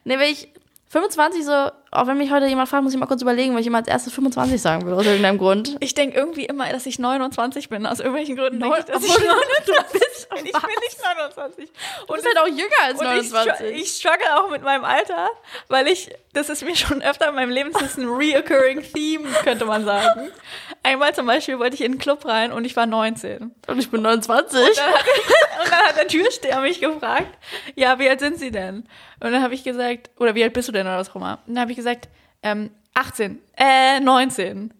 S2: nee, wenn ich 25 so, auch wenn mich heute jemand fragt, muss ich mal kurz überlegen, weil ich immer als erstes 25 sagen würde, aus irgendeinem Grund.
S1: Ich denke irgendwie immer, dass ich 29 bin, aus irgendwelchen Gründen. Denk ich, dass ich
S2: obwohl du
S1: 29 bin. Ich bin nicht 29.
S2: Du
S1: Und,
S2: bist halt auch jünger als
S1: und ich, str-
S2: 29.
S1: ich struggle auch mit meinem Alter, weil ich, das ist mir schon öfter in meinem Leben, das ist ein reoccurring Theme, könnte man sagen. Einmal zum Beispiel wollte ich in den Club rein und ich war 19.
S2: und ich bin 29.
S1: Und dann hat der Türsteher mich gefragt, ja, wie alt sind Sie denn? Und dann habe ich gesagt, oder wie alt bist du denn oder was auch immer? Und dann habe ich gesagt, ähm, 18, äh, 19.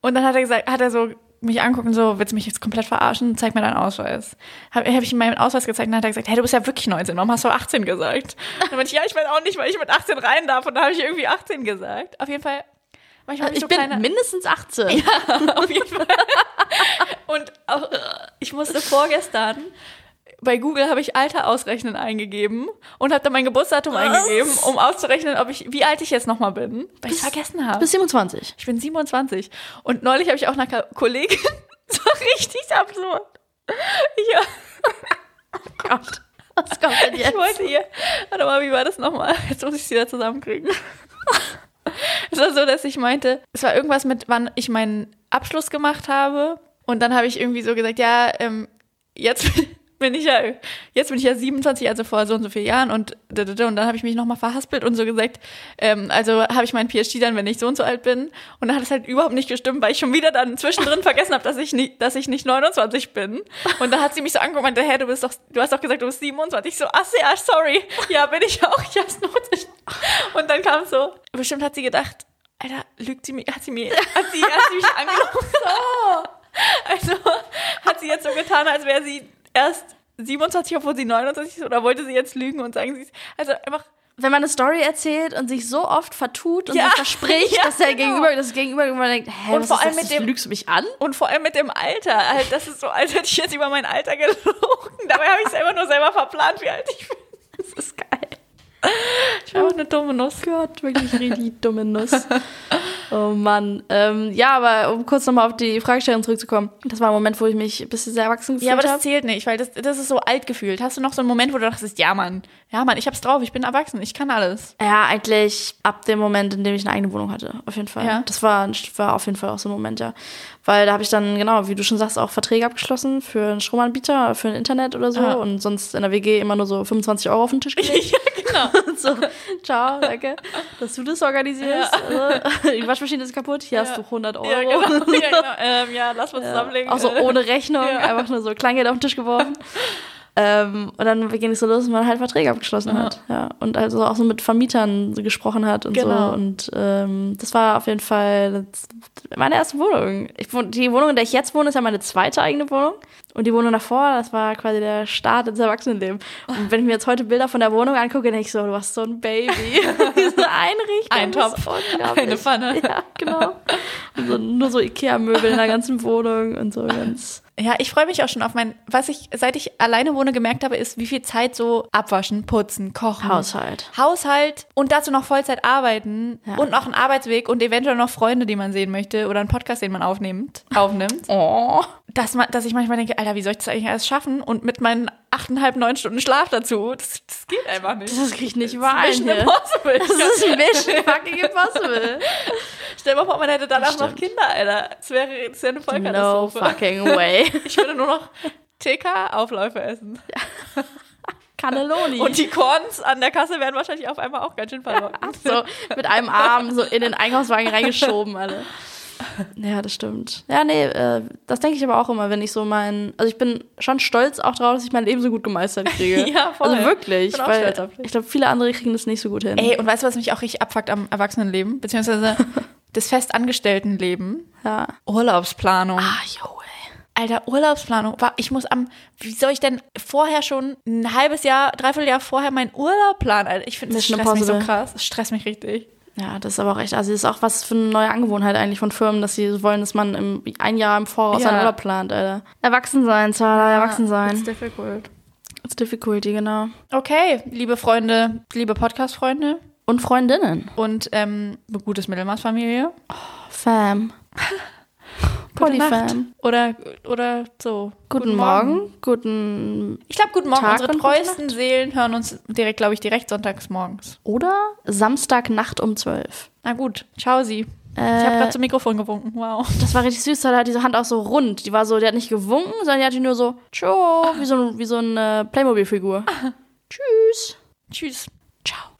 S1: Und dann hat er gesagt, hat er so mich angucken, so, willst du mich jetzt komplett verarschen? Zeig mir deinen Ausweis. Habe hab ich ihm meinen Ausweis gezeigt und dann hat er gesagt, hey, du bist ja wirklich 19, warum hast du 18 gesagt? Und dann meinte ich, ja, ich weiß auch nicht, weil ich mit 18 rein darf und dann habe ich irgendwie 18 gesagt. Auf jeden Fall, manchmal hab
S2: Äh, ich
S1: so
S2: bin
S1: kleine-
S2: mindestens 18.
S1: auf jeden Fall. Und auch, ich musste vorgestern bei Google habe ich Alter ausrechnen eingegeben und habe dann mein Geburtsdatum eingegeben, um auszurechnen, ob ich wie alt ich jetzt nochmal bin, weil ich es vergessen habe.
S2: Bis 27.
S1: Ich bin 27 und neulich habe ich auch einer Ka- Kollegin so richtig absurd. Ich,
S2: Oh Gott. Was kommt denn jetzt?
S1: ich wollte ihr, warte mal, wie war das nochmal? Jetzt muss ich sie wieder zusammenkriegen. Es war so, dass ich meinte, es war irgendwas mit, wann ich meinen Abschluss gemacht habe. Und dann habe ich irgendwie so gesagt, ja, ähm, jetzt bin ich ja, jetzt bin ich ja 27, also vor so und so vielen Jahren. Und, da, da, da. und dann habe ich mich nochmal verhaspelt und so gesagt, ähm, also habe ich meinen PhD dann, wenn ich so und so alt bin. Und dann hat es halt überhaupt nicht gestimmt, weil ich schon wieder dann zwischendrin vergessen habe, dass ich nicht, dass ich nicht 29 bin. Und dann hat sie mich so angeguckt und meinte, hä, du bist doch, du hast doch gesagt, du bist 27. Ich so, ach ja, sorry. Ja, bin ich auch. Ich hab's notiert. Und dann kam so, bestimmt hat sie gedacht, Alter, lügt sie mir, hat sie mir, hat sie, hat sie mich angelogen. Also hat sie jetzt so getan, als wäre sie erst 27, obwohl sie 29 ist, oder wollte sie jetzt lügen und sagen, sie ist, also einfach,
S2: wenn man eine Story erzählt und sich so oft vertut und
S1: Ja.
S2: sich verspricht,
S1: Ja,
S2: dass der
S1: genau.
S2: Gegenüber, das Gegenüber immer denkt, hä,
S1: Und
S2: was
S1: vor
S2: ist
S1: allem
S2: das?
S1: mit dem-
S2: lügst du mich an?
S1: und vor allem mit dem Alter, halt, das ist so, als hätte ich jetzt über mein Alter gelogen. Dabei habe ich es einfach nur selber verplant, wie alt ich bin.
S2: Das ist geil.
S1: Ich war einfach Oh, eine dumme Nuss.
S2: Oh Gott, wirklich richtig dumme Nuss. Oh Mann. Ähm, ja, aber um kurz nochmal auf die Fragestellung zurückzukommen. Das war ein Moment, wo ich mich ein bisschen sehr erwachsen gefühlt
S1: Ja, aber das
S2: habe.
S1: zählt nicht, weil das, das ist so alt gefühlt. Hast du noch so einen Moment, wo du dachtest, ja, Mann, ja, Mann, ich hab's drauf, ich bin erwachsen, ich kann alles.
S2: Ja, eigentlich ab dem Moment, in dem ich eine eigene Wohnung hatte, auf jeden Fall.
S1: Ja.
S2: Das war, war auf jeden Fall auch so ein Moment, ja. Weil da habe ich dann, genau, wie du schon sagst, auch Verträge abgeschlossen für einen Stromanbieter, für ein Internet oder so.
S1: Ah.
S2: Und sonst in der WG immer nur so 25 Euro auf den Tisch gelegt.
S1: Ja, genau.
S2: So, ciao, danke, dass du das organisierst. Also, die Waschmaschine ist kaputt, hier hast du 100 Euro.
S1: Ja, genau. Ja, genau. Ähm, ja lass mal zusammenlegen.
S2: Auch so
S1: Äh,
S2: ohne Rechnung,
S1: Ja.
S2: einfach nur so Kleingeld auf den Tisch geworfen. ähm, und dann ging es so los, dass man halt Verträge abgeschlossen hat. Ja. Und also auch so mit Vermietern so gesprochen hat und
S1: Genau.
S2: so. Und ähm, das war auf jeden Fall das- meine erste Wohnung. Ich, wohn- die Wohnung, in der ich jetzt wohne, ist ja meine zweite eigene Wohnung. Und die Wohnung davor, das war quasi der Start ins Erwachsenenleben. Und wenn ich mir jetzt heute Bilder von der Wohnung angucke, denke ich so, du hast so ein Baby. Diese Einrichtung.
S1: Ein
S2: ist
S1: Topf,
S2: unglaublich.
S1: eine Pfanne.
S2: Ja, genau. Und so, nur so Ikea-Möbel in der ganzen Wohnung und so ganz.
S1: Ja, ich freue mich auch schon auf mein, was ich, seit ich alleine wohne, gemerkt habe, ist, wie viel Zeit so abwaschen, putzen, kochen.
S2: Haushalt.
S1: Haushalt und dazu noch Vollzeit arbeiten
S2: Ja.
S1: und noch einen Arbeitsweg und eventuell noch Freunde, die man sehen möchte oder einen Podcast, den man aufnimmt, aufnimmt.
S2: Oh.
S1: dass, man, dass ich manchmal denke, Alter, wie soll ich das eigentlich alles schaffen? Und mit meinen achteinhalb, neun Stunden Schlaf dazu, das, das geht einfach nicht.
S2: Das krieg ich nicht
S1: Das
S2: wahr.
S1: ist Mission Impossible.
S2: Das ist Mission fucking impossible.
S1: Stell dir mal vor, man hätte danach noch
S2: stimmt.
S1: Kinder, Alter. Das wäre, das wäre eine
S2: No
S1: Vollkatastrophe.
S2: fucking way.
S1: Ich würde nur noch TK-Aufläufe essen.
S2: Cannelloni.
S1: Und die Korns an der Kasse werden wahrscheinlich auf einmal auch ganz schön verlockend.
S2: so mit einem Arm so in den Einkaufswagen reingeschoben alle. Ja, das stimmt. Ja, nee, äh, das denke ich aber auch immer, wenn ich so mein, also ich bin schon stolz auch drauf, dass ich mein Leben so gut gemeistert kriege.
S1: Ja, voll.
S2: Also wirklich,
S1: Bin auch
S2: weil
S1: stolz auf dich.
S2: ich glaube, viele andere kriegen das nicht so gut hin.
S1: Ey, und weißt du, was mich auch richtig abfuckt am Erwachsenenleben? Beziehungsweise das Festangestelltenleben?
S2: Ja.
S1: Urlaubsplanung.
S2: Ah, jo, ey.
S1: Alter, Urlaubsplanung. Wa- Ich muss am, wie soll ich denn vorher schon ein halbes Jahr, dreiviertel Jahr vorher meinen Urlaub planen? Alter, ich finde, das
S2: Mission
S1: stresst mich so
S2: Impossible.
S1: krass. Das stresst mich richtig.
S2: Ja, das ist aber auch echt, also das ist auch was für eine neue Angewohnheit eigentlich von Firmen, dass sie so wollen, dass man im, ein Jahr im Voraus
S1: Ja.
S2: seinen Urlaub plant, Alter. Erwachsen sein, Zara, erwachsen sein.
S1: difficult.
S2: It's difficulty, genau.
S1: Okay, liebe Freunde, liebe Podcast-Freunde
S2: Und Freundinnen.
S1: und ähm, gutes Mittelmaßfamilie.
S2: Fam.
S1: Gute Nacht.
S2: Polyfam.
S1: Oder, oder so.
S2: Guten, Morgen. Guten
S1: Ich glaube, guten Morgen.
S2: Tag
S1: Unsere
S2: und gute
S1: treuesten Seelen hören uns direkt, glaube ich, direkt sonntags morgens.
S2: oder Samstagnacht um 12.
S1: Na gut, ciao sie. ich habe
S2: Äh,
S1: gerade zum Mikrofon gewunken. Wow.
S2: das war richtig süß, da hat diese Hand auch so rund. Die war so, die hat nicht gewunken, sondern die hat die nur so, tscho, wie so, ein- wie so eine Playmobil-Figur. Tschüss.
S1: Tschüss.
S2: Ciao.